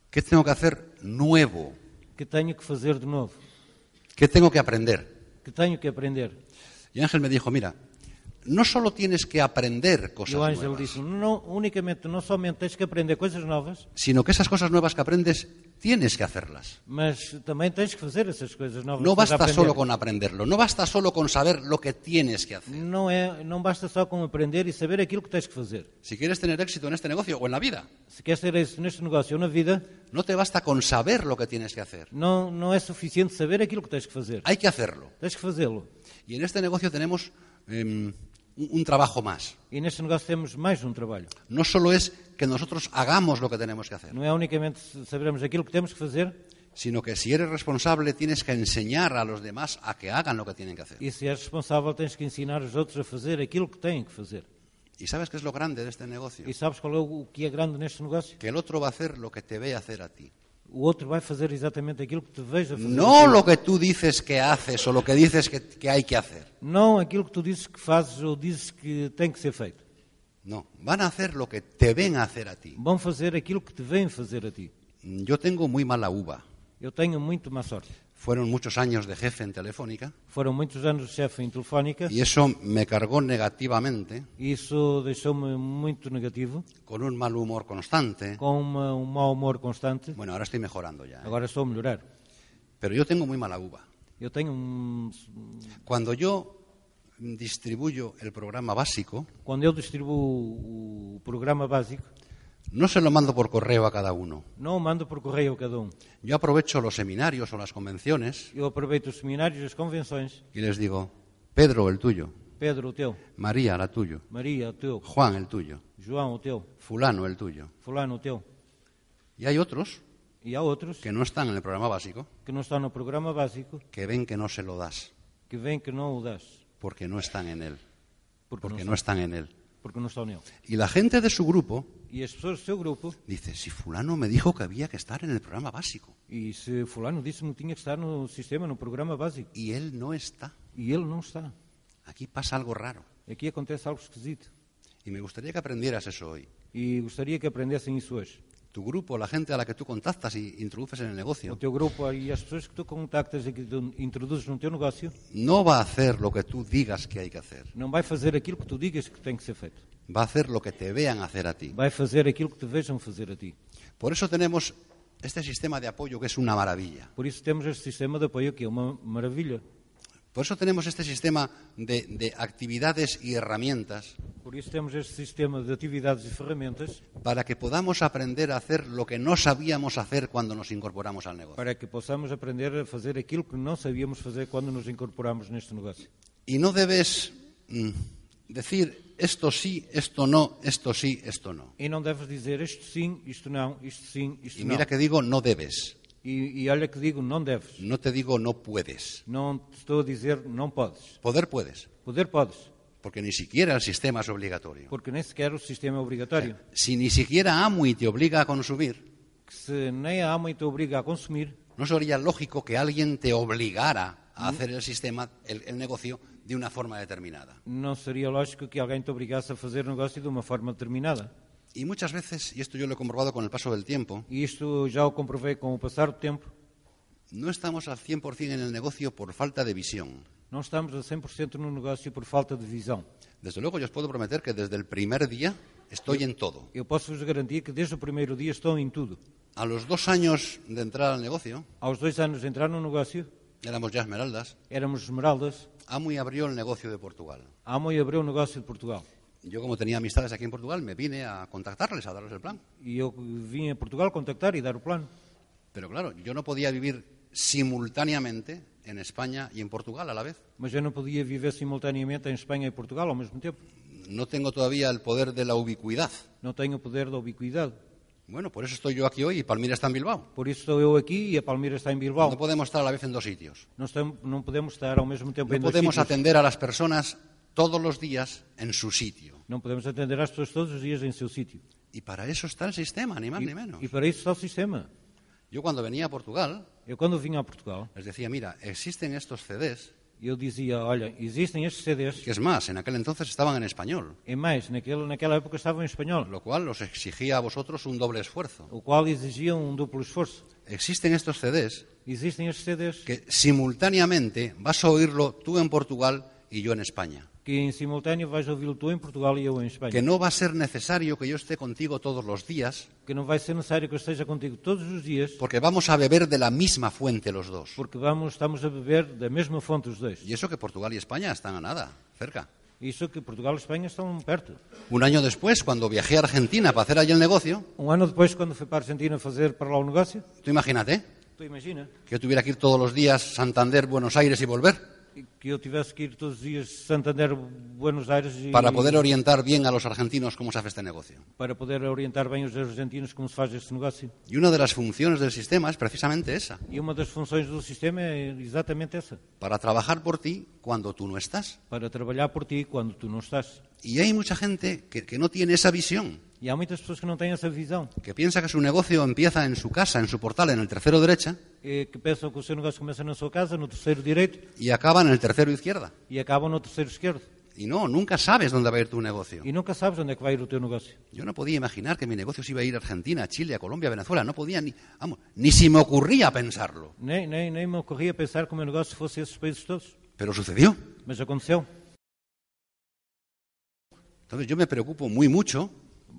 ¿Qué tengo que hacer nuevo?
que tenho que fazer de novo,
¿Qué tengo que aprender?
que tenho que aprender.
Y Ángel me dijo, mira, no solo tienes que aprender
E o
cosas nuevas,
Ângelo disse, não, unicamente, não somente tens que aprender coisas novas,
sino que esas cosas nuevas que aprendes tienes que hacerlas.
mas também tens que fazer essas coisas novas.
No
que estás a
basta
aprender.
solo con aprenderlo, no basta solo con saber lo que tienes que hacer.
Não, é, não basta só com aprender e saber aquilo que tens que fazer.
Si quieres tener éxito en este negocio o en la vida,
Se queres ter isso neste negócio ou na vida,
no te basta con saber lo que tienes que hacer,
não, não é suficiente saber aquilo que tens que fazer.
hay que hacerlo.
Tens que fazê-lo.
Y en este negocio tenemos eh, un, un trabajo más.
E neste negócio temos mais um trabalho.
No solo es que nosotros hagamos lo que tenemos que hacer,
Não é unicamente sabermos aquilo que temos que fazer,
sino que si eres responsable tienes que enseñar a los demás a que hagan lo que tienen que hacer.
e se és responsável tens que ensinar os outros a fazer aquilo que têm que fazer.
¿Y sabes qué es lo grande de este negocio?
E sabes qual é o que é grande neste negócio?
Que el otro va a hacer lo que te ve hacer a ti.
O outro vai fazer exatamente aquilo que te vejo a fazer.
No lo que tú dices que haces o lo que dices que, que hay que hacer.
Não aquilo que tu dizes que fazes ou dizes que tem que ser feito.
No, van a hacer lo que te ven hacer a ti.
Vão fazer aquilo que te vêm fazer a ti.
Yo tengo muy mala uva.
Eu tenho muito má sorte.
Fueron muchos años de jefe en Telefónica
Foram muitos anos de chefe em telefónica
y eso me cargó negativamente
e isso deixou-me muito negativo,
con un mal humor constante.
com uma, um mau humor constante.
Bueno, ahora estoy mejorando ya. ¿eh?
Agora estou a melhorar.
Pero yo tengo muy mala uva.
Eu tenho um...
Cuando yo distribuyo el programa básico,
Quando eu distribuo o programa básico,
no se lo mando por correo a cada uno.
não o mando por correio a cada um.
Yo aprovecho los seminarios o las convenciones
Eu aproveito os seminários, as convenções.
y les digo, Pedro el tuyo,
Pedro, o teu.
María la tuyo,
Maria, o teu.
Juan el tuyo,
João, o teu.
fulano el tuyo.
Fulano, o teu.
Y hay otros
E há outros
que no están en el programa básico,
que não estão no programa básico,
que ven que no se lo das,
que vêm que não o das,
porque no están en él,
porque,
porque no
não,
están en él.
estão, porque não estão nele.
Y la gente de su grupo
E as pessoas do seu grupo,
dice, si fulano me dijo que había que estar en el programa básico,
e se fulano disse-me que tinha que estar no sistema, no programa básico,
y él no está,
e ele não está.
aquí pasa algo raro.
Aqui acontece algo esquisito.
Y me gustaría que aprendieras eso hoy.
E gostaria que aprendessem isso hoje.
Tu grupo, la gente a la que tú contactas y introduces en el
O
negocio,
teu grupo e as pessoas que tu contactas e que tu introduzes no teu negócio,
no va a hacer lo que tú digas que hay que hacer,
não vai fazer aquilo que tu digas que tem que ser feito.
va a hacer lo que te vean hacer a ti.
Vai fazer aquilo que te vejam fazer a ti.
Por eso tenemos este sistema de apoyo que es una maravilla.
Por isso temos este sistema de apoio que é uma maravilha.
Por eso tenemos este sistema de, de actividades y herramientas
Por isso temos este sistema de atividades e ferramentas
para que podamos aprender a hacer lo que no sabíamos hacer cuando nos incorporamos al negocio.
para que possamos aprender a fazer aquilo que não sabíamos fazer quando nos incorporamos neste negócio.
Y no debes mm, decir esto sí, esto no, esto sí, esto no.
E não deves dizer isto sim, isto não, isto sim, isto
Y
não.
mira que digo no debes,
E, e olha que digo, não deves.
no te digo no puedes.
Não te estou a dizer não podes.
Poder puedes,
Poder podes,
porque ni siquiera el sistema es obligatorio.
porque nem sequer o sistema é obrigatório.
Si ni siquiera AMUI te obliga a consumir,
Que se nem a ama e te obriga a consumir,
no sería lógico que alguien te obligara a hacer el sistema, el, el negocio, de una forma determinada.
não seria lógico que alguém te obrigasse a fazer negócio de uma forma determinada.
Y muchas veces, y esto yo lo he comprobado con el paso del tiempo,
E isto já o comprovei com o passar do tempo.
no estamos al 100% en el negocio por falta de visión.
Não estamos a 100% no negócio por falta de visão.
Desde luego, yo os puedo prometer que desde el primer día estoy en todo.
Eu posso vos garantir que desde o primeiro dia estão em tudo.
A los dos años de entrar al negocio,
Aos dois anos de entrar no negócio,
éramos ya esmeraldas,
éramos esmeraldas,
Amoy abrió el negocio de Portugal.
a Amoi abriu o negócio de Portugal.
Yo, como tenía amistades aquí en Portugal, me vine a contactarles, a darles el plan.
E eu vim a Portugal contactar e dar o plano.
Pero claro, yo no podía vivir simultáneamente en España y en Portugal a la vez.
Mas eu não podia viver simultaneamente em Espanha e Portugal ao mesmo tempo.
No tengo todavía el poder de la ubicuidad.
Não tenho o poder da ubiquidade.
Bueno, por eso estoy yo aquí hoy y Palmira está en Bilbao.
Por isso estou eu aqui e a Palmeira está em Bilbao.
No podemos estar a la vez en dos sitios.
Não, estam- não podemos estar ao mesmo tempo
No
em dois
podemos
sítios.
atender a las personas todos los días en su sitio.
Não podemos atender às pessoas todos os dias em seu sítio.
Y para eso está el sistema, ni más ni Ah, menos.
E, e para isso está o sistema.
Yo cuando venía a Portugal
Eu quando vim a Portugal,
les decía, mira, existen estos CDs,
eu dizia, olha, existem estes CDs.
que es más, en aquel entonces estaban en español,
É mais, naquele, naquela época estavam em espanhol,
lo cual os exigía a vosotros un doble esfuerzo.
o qual exigia um duplo esforço.
Existen estos CDs
Existem estes CDs
que simultáneamente vas a oírlo tú en Portugal y yo en España.
que em simultâneo vais ouvi-lo tu em Portugal e eu em Espanha.
Que no va a ser necesario que yo esté contigo todos los días,
que não vai ser necessário que eu esteja contigo todos os dias,
porque vamos a beber de la misma fuente los dos.
porque vamos, estamos a beber da mesma fonte os dois.
Y eso que Portugal y España están a nada, cerca.
Isso que Portugal e Espanha estão perto.
Un año después, cuando viajé a Argentina para hacer allí el negocio,
Um ano depois, quando fui para a Argentina fazer para lá o negócio,
tú imagínate
tu imagina
que yo tuviera que ir todos los días Santander, Buenos Aires y volver
que eu tivesse que ir todos os dias Santander, Buenos Aires e
para poder orientar bien a los argentinos cómo se hace este negocio.
para poder orientar bem os argentinos como se faz este negócio.
Y una de las funciones del sistema es precisamente esa,
E uma das funções do sistema é exatamente essa,
para trabajar por ti cuando tú no estás.
para trabalhar por ti quando tu não estás.
Y hay mucha gente que, que no tiene esa visión,
E há muitas pessoas que não têm essa visão,
que piensa que su negocio empieza en su casa, en su portal, en el tercero derecha,
eh, que pensam que o seu negócio começa na sua casa, no terceiro direito,
y acaba en el tercero izquierda.
e acabam no terceiro esquerdo.
Y no, nunca sabes dónde va a ir tu negocio.
E nunca sabes onde é que vai ir o teu negócio.
Yo no podía imaginar que mi negocio se iba a ir a Argentina, a Chile, a Colombia, a Venezuela. No podía ni, vamos, ni se me ocurría pensarlo.
Nem, nem, nem me ocorria pensar que o meu negócio fosse esses países todos.
Pero sucedió.
Mas aconteceu.
Entonces yo me preocupo muy mucho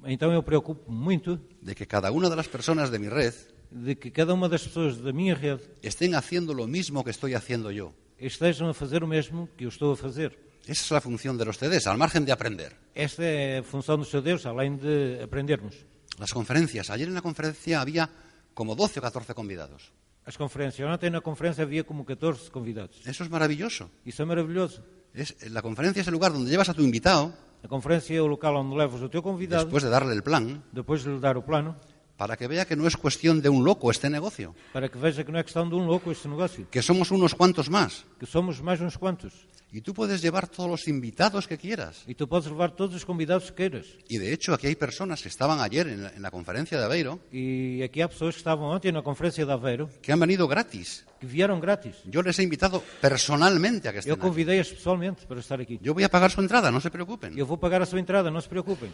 Então eu preocupo muito
de que cada una de las personas de mi red
de que cada uma das pessoas da minha rede
estén haciendo lo mismo que estoy haciendo yo.
estejam a fazer o mesmo que eu estou a fazer.
Esa es la función de los CDs, al margen de aprender.
Esta é a função do seu Deus, além de aprendermos.
Las conferencias. Ayer en la conferencia había como 12 o 14 convidados.
As conferências. Ontem na conferência havia como 14 convidados.
Eso es maravilloso.
Isso é maravilhoso.
Es, la conferencia es el lugar donde llevas a tu invitado,
A conferência é o local onde levas o teu convidado,
después de darle el plan,
depois de lhe dar o plano,
para que vea que no es cuestión de un loco este negocio,
para que veja que não é questão de um louco este negócio,
que somos unos cuantos más.
que somos mais uns quantos.
Y tú puedes llevar todos los invitados que quieras.
E tu podes levar todos os convidados que queiras.
Y de hecho, aquí hay personas que estaban ayer en la, en la conferencia de Aveiro
E aqui há pessoas que estavam ontem na conferência de Aveiro
que han venido gratis.
que vieram grátis.
Yo les he invitado personalmente a que
Eu
estén aquí.
convidei-as pessoalmente para estar aqui.
Yo voy a pagar su entrada, no se preocupen.
Eu vou pagar a sua entrada, não se preocupem.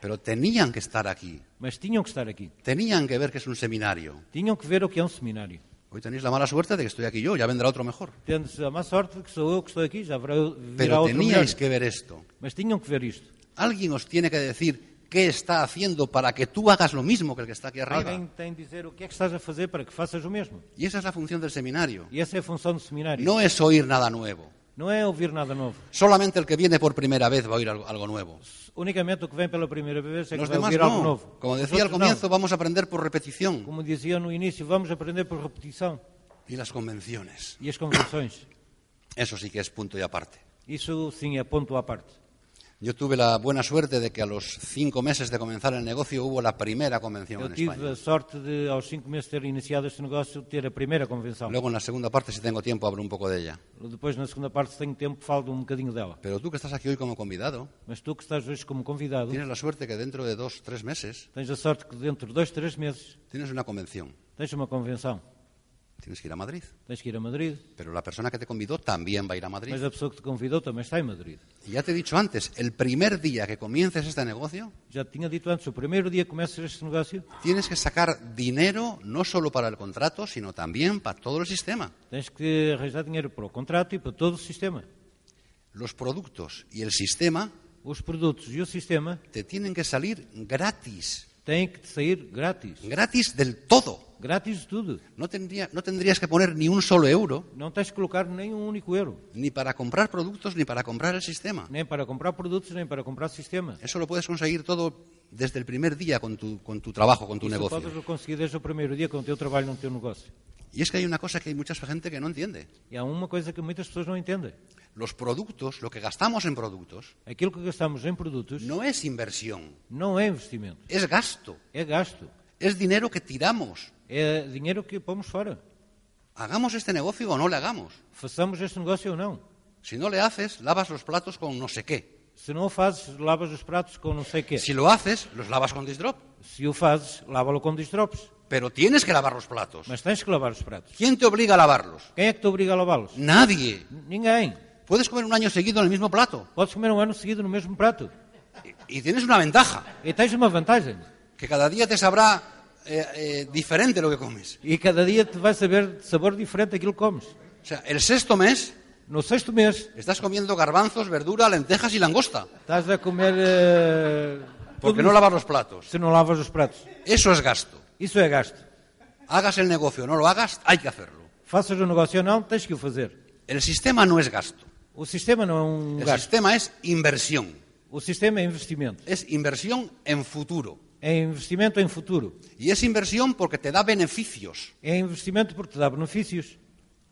Pero tenían que estar aquí.
Mas tinham que estar aqui.
Tenían que ver que es un seminario.
Tinham que ver o que é um seminário.
Hoy tenéis la mala suerte de que estoy aquí yo, ya vendrá otro mejor.
Tendes a má sorte que sou eu que estou aqui, já virá, virá
Pero
outro melhor.
teníais que ver esto.
Mas tinham que ver isto.
Alguien os tiene que decir qué está haciendo para que tú hagas lo mismo que el que está aquí
Alguém
arriba.
tem de dizer o que é que estás a fazer para que faças o mesmo.
Y esa es la función del seminario.
E essa é a função do seminário.
No es oír nada nuevo.
Não é ouvir nada novo.
Solamente el que viene por primera vez va a oír algo, algo nuevo.
Unicamente o que vem pela primeira vez é que
Los
vai
demás
ouvir algo
no.
novo.
Como
Os
decía al
outros não.
comienzo, vamos a aprender por repetición.
Como dizia no início, vamos aprender por repetição
Y las convenciones.
e as convenções.
Eso sí que es punto y aparte.
Isso sim é ponto à parte.
Yo tuve la buena suerte de que a los cinco meses de comenzar el negocio hubo la primera convención
Eu
en
tive
España.
a sorte de, aos cinco meses de ter iniciado este negócio, ter a primeira convenção.
Luego en la segunda parte, si tengo tiempo, hablo un poco de ella.
Depois, na segunda parte, se tenho tempo, falo um bocadinho dela.
Pero tú que estás aquí hoy como convidado,
Mas tu que estás hoje como convidado,
tienes la suerte que dentro de dos, tres meses
tens a sorte que dentro de dois, três meses,
tienes una convención.
tens uma convenção.
Tienes que ir a Madrid.
Tens que ir a Madrid.
Pero la persona que te convidó también va a ir a Madrid.
Mas a pessoa que te convidou também está em Madrid.
Y ya te he dicho antes, el primer día que comiences este negocio,
Já te tinha dito antes, o primeiro dia que começas este negócio,
tienes que sacar dinero no solo para el contrato, sino también para todo el sistema.
tens que arranjar dinheiro para o contrato e para todo o sistema.
Los productos y el sistema
Os produtos e o sistema
te tienen que salir gratis.
têm que te sair grátis.
Gratis del todo.
Grátis de tudo.
No, tendría- no tendrías que poner ni un solo euro,
Não tens que colocar nem um único euro,
ni para comprar productos, ni para comprar el sistema.
nem para comprar produtos, nem para comprar sistema.
Eso lo puedes conseguir todo desde el primer día con tu, con tu trabajo, con tu
Isso
negocio.
podes o conseguir desde o primeiro dia com o teu trabalho no teu negócio.
Y es que hay una cosa que hay mucha gente que no entiende.
E há uma coisa que muitas pessoas não entendem.
Los productos, lo que gastamos en productos,
Aquilo que gastamos em produtos
no es inversión,
não é investimento,
es gasto,
é gasto.
es dinero que tiramos.
É dinheiro que pomos fora.
Hagamos este negocio o no le hagamos.
Façamos este negócio ou não.
Si no le haces, lavas los platos con no sé qué.
Se não o fazes, lavas os pratos com não sei o quê.
Si lo haces, los lavas con Disdrop.
Se o fazes, lava-lo com distropes.
Pero tienes que lavar los platos.
Mas tens que lavar os pratos.
¿Quién te obliga a lavarlos?
Quem é que te obriga a lavá-los?
Nadie.
Ninguém.
Puedes comer un año seguido en el mismo plato.
Podes comer um ano seguido no mesmo prato.
Y, y tienes una ventaja,
E tens uma vantagem.
que cada día te sabrá eh, eh, diferente lo que comes.
E cada dia te vai saber de sabor diferente daquilo que comes.
O sea, el sexto mes
No sexto mês,
estás comiendo garbanzos, verdura, lentejas y langosta.
estás a comer. eh,
Porque
tudo
no
isso
lavas los platos.
se não lavas os pratos.
Eso es gasto.
Isso é gasto.
Hagas el negocio o no lo hagas, hay que hacerlo.
Faças o negócio ou não, tens que o fazer.
El sistema no es gasto.
O sistema não é um
El
gasto.
sistema es inversión.
O sistema é investimento.
Es inversión en futuro.
É investimento em futuro.
Y es inversión porque te da beneficios.
É investimento porque te dá benefícios.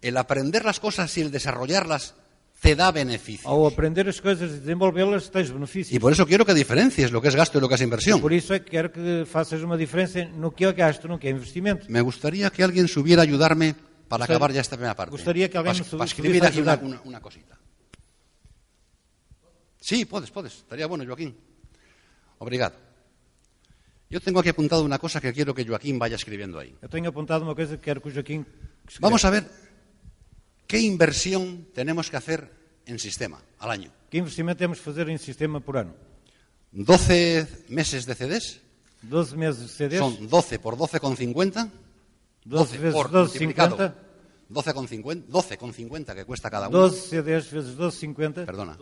El aprender las cosas y el desarrollarlas te da
Ao
beneficios.
aprender as coisas e desenvolvê-las, tens benefícios.
Y por eso quiero que diferencies lo que es gasto y lo que es inversión.
Por isso é que quero que faças uma diferença no que é gasto, no que é investimento.
Me gustaría que alguien subiera a ayudarme para
Gustaría-
acabar ya esta primera parte.
gustaría que alguien
Para-
me subi-
para escribir
subiese a
aquí una,
ayudar.
una- una cosita. Sí, puedes, puedes. Estaría bueno, Joaquín. Obrigado. Yo tengo aquí apuntado una cosa que quiero que Joaquín vaya escribiendo ahí.
Eu tenho apontado uma coisa que quero que o Joaquim. escreva.
Vamos a ver qué inversión tenemos que hacer en sistema al año.
Que investimento temos que fazer em sistema por ano?
12 meses de CDs,
12 meses de CDs,
son 12 por 12,50,
12 vezes
por
12,
multiplicado,
50.
12,50 12,50 que cuesta cada uno.
12 CDs vezes 12, 50.
Perdona.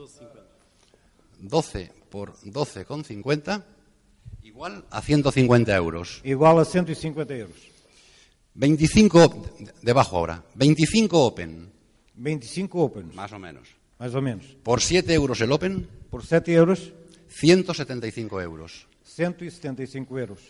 12 por 12,50 igual a 150 euros.
Igual a 150 euros.
25, op- de- debajo ahora, 25 Open,
25 opens,
más o menos.
mais ou menos.
Por 7 euros el Open,
Por 7 euros,
175 euros.
175 euros.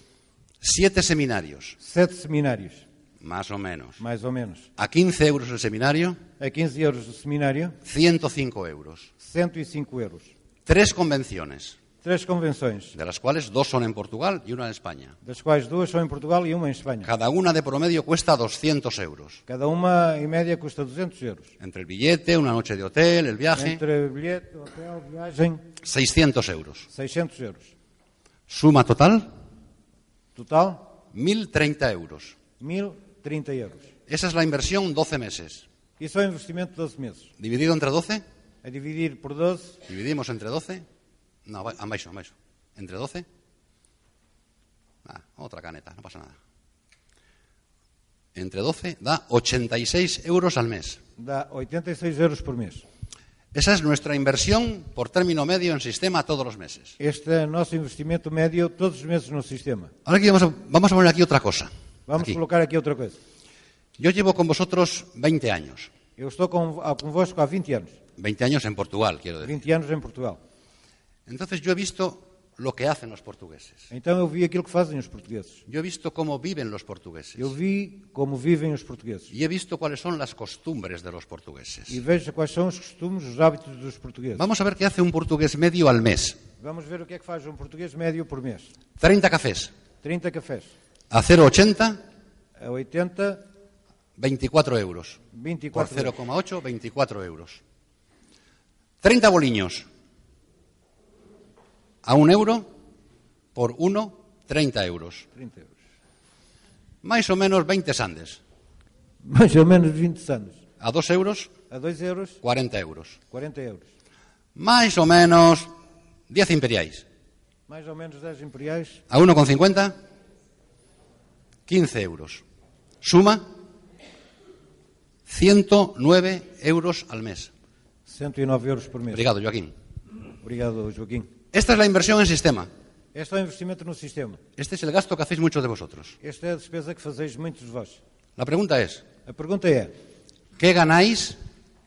7 seminarios,
7 seminários,
más o menos.
mais ou menos.
A 15 euros el seminario,
A 15 euros o seminário,
105 euros.
105 euros.
Tres convenciones,
Três convenções,
de las cuales dos son en Portugal y una en España.
das quais duas são em Portugal e uma em Espanha.
Cada una de promedio cuesta 200 euros.
Cada uma, em média, custa 200 euros.
Entre el billete, una noche de hotel, el viaje,
Entre bilhete, hotel, viagem,
600 euros.
600 euros.
Suma total,
Total,
1.030 euros.
1.030 euros.
Esa es la inversión 12 meses.
Isso é um investimento de 12 meses.
Dividido entre 12,
A dividir por 12,
dividimos entre 12, no, vai- ambas, ambas, entre 12, Ah, otra caneta, no pasa nada. Entre 12 da 86 euros al mes.
dá 86 euros por mês.
Esa es nuestra inversión por término medio en sistema todos los meses.
Este é o nosso investimento médio todos os meses no sistema.
Ahora aquí vamos a, vamos a poner aquí otra cosa.
Vamos
Aquí.
colocar aqui outra coisa.
Yo llevo con vosotros 20 años.
Eu estou com, ah, convosco há 20 anos.
20 años en Portugal, quiero decir.
20 anos em Portugal.
Entonces yo he visto lo que hacen los portugueses.
Então eu vi aquilo que fazem os portugueses.
Yo he visto cómo viven los portugueses.
Eu vi como vivem os portugueses.
Y he visto cuáles son las costumbres de los
E
portugueses.
veja quais são os costumes, os hábitos dos portugueses.
Vamos a ver qué hace un portugués medio al mes.
Vamos ver o que é que faz um português médio por mês.
30 cafés.
30 cafés.
A 0,80,
A 80,
24 euros. Por
24 euros.
0,8, 24 euros. 30 boliños. A 1 euro. Por 1, 30 euros.
30 euros.
Más o menos 20 sandes.
mais ou menos 20 anos.
A 2 euros,
A 2 euros,
40 euros.
40 euros.
Más o menos 10 imperiais.
Mais ou menos 10 imperiais,
A 1,50, 15 euros. Suma 109 euros al mes.
109 euros por mês.
Obrigado, Joaquín.
Obrigado, Joaquim.
Esta es la inversión en sistema.
Este é o investimento no sistema.
Este es el gasto que hacéis muchos de vosotros.
Esta é a despesa que fazeis muitos de vós.
La pregunta es,
A pergunta é,
¿qué ganáis?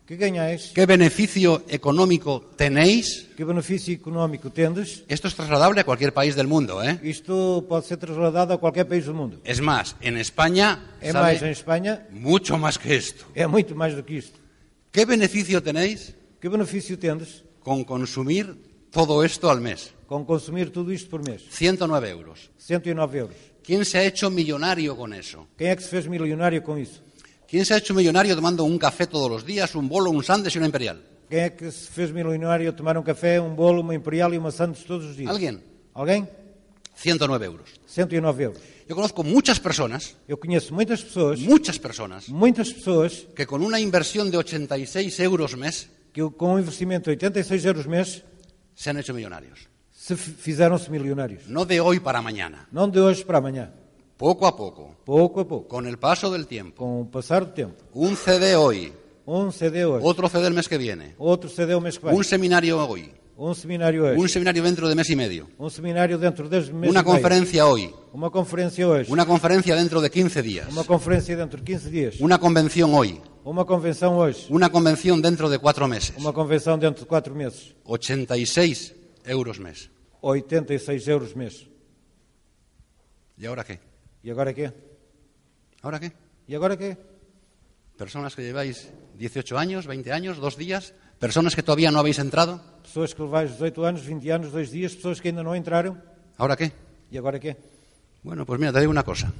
que ganhais,
¿Qué beneficio económico tenéis?
que benefício económico tendes?
Esto es trasladable a cualquier país del mundo, ¿eh?
Isto pode ser trasladado a qualquer país do mundo.
Es más, en España
É
sale
mais em Espanha,
mucho más que esto.
é muito mais do que isto.
¿Qué beneficio tenéis
Que benefício tendes
con consumir todo esto al mes?
com consumir tudo isto por mês?
109 euros.
109 euros.
¿Quién se ha hecho millonario con eso?
Quem é que se fez milionário com isso?
¿Quién se ha hecho millonario tomando un café todos los días, un bolo, un sándwich y una imperial?
Quem é que se fez milionário a tomar um café, um bolo, uma imperial e uma sandes todos os dias?
Alguém.
Alguém?
109 euros.
109 euros.
Yo conozco muchas personas,
Eu conheço muitas pessoas,
muchas personas,
muitas pessoas,
que con una inversión de 86 euros mes
que com um investimento de 86 euros mês
se han hecho millonarios.
se fi- fizeram-se milionários.
No de hoy para mañana,
Não de hoje para amanhã,
poco a poco,
pouco a pouco,
con el paso del tiempo.
com o passar do tempo.
Un CD hoy,
Um CD hoje,
otro CD el mes que viene,
outro CD o mês que vem,
un seminario hoy,
um seminário
un
hoje,
seminario dentro de mes y medio,
um seminário dentro das meses
una conferencia hoy,
uma conferência hoje,
una conferencia dentro de 15 días,
uma conferência dentro de 15 dias,
una convención hoy,
uma convenção hoje,
una convención dentro de cuatro meses.
uma convenção dentro de 4 meses,
86 euros mes.
86 euros mês.
¿Y ahora qué?
E agora quê?
¿Ahora qué?
E agora quê?
Personas que lleváis 18 años, 20 años, dos días, personas que todavía no habéis entrado,
Pessoas que levais 18 anos, 20 anos, 2 dias, pessoas que ainda não entraram.
¿ahora qué?
E agora quê?
Bueno, pues mira, te digo una cosa.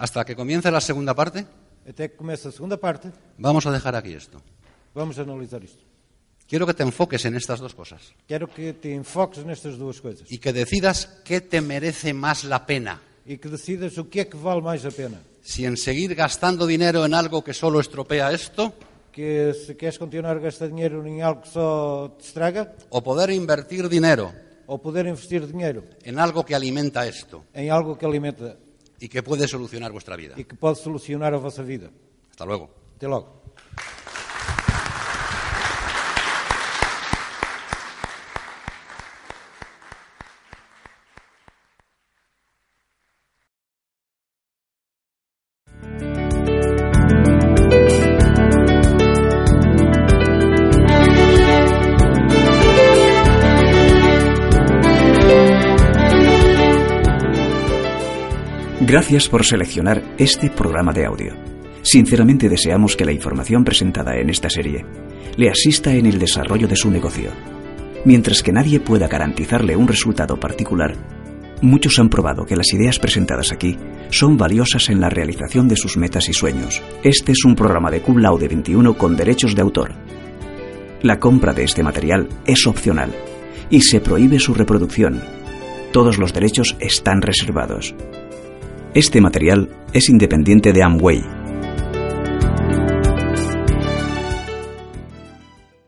Hasta que comience la segunda parte,
Até que começa a segunda parte,
vamos a dejar aquí esto.
vamos analisar isto.
Quiero que te enfoques en estas dos cosas
Quero que te enfoques nestas duas coisas
y que decidas qué te merece más la pena.
e que decidas o que é que vale mais a pena.
Si en seguir gastando dinero en algo que solo estropea esto,
Que se queres continuar a gastar dinheiro em algo que só te estraga,
o poder invertir dinero
ou poder investir dinheiro
en algo que alimenta esto
em algo que alimenta
y que puede solucionar vuestra vida.
e que pode solucionar a vossa vida.
Hasta luego.
Até logo.
Gracias por seleccionar este programa de audio. Sinceramente deseamos que la información presentada en esta serie le asista en el desarrollo de su negocio. Mientras que nadie pueda garantizarle un resultado particular, muchos han probado que las ideas presentadas aquí son valiosas en la realización de sus metas y sueños. Este es un programa de Cum Laude 21 con derechos de autor. La compra de este material es opcional y se prohíbe su reproducción. Todos los derechos están reservados. Este material es independiente de Amway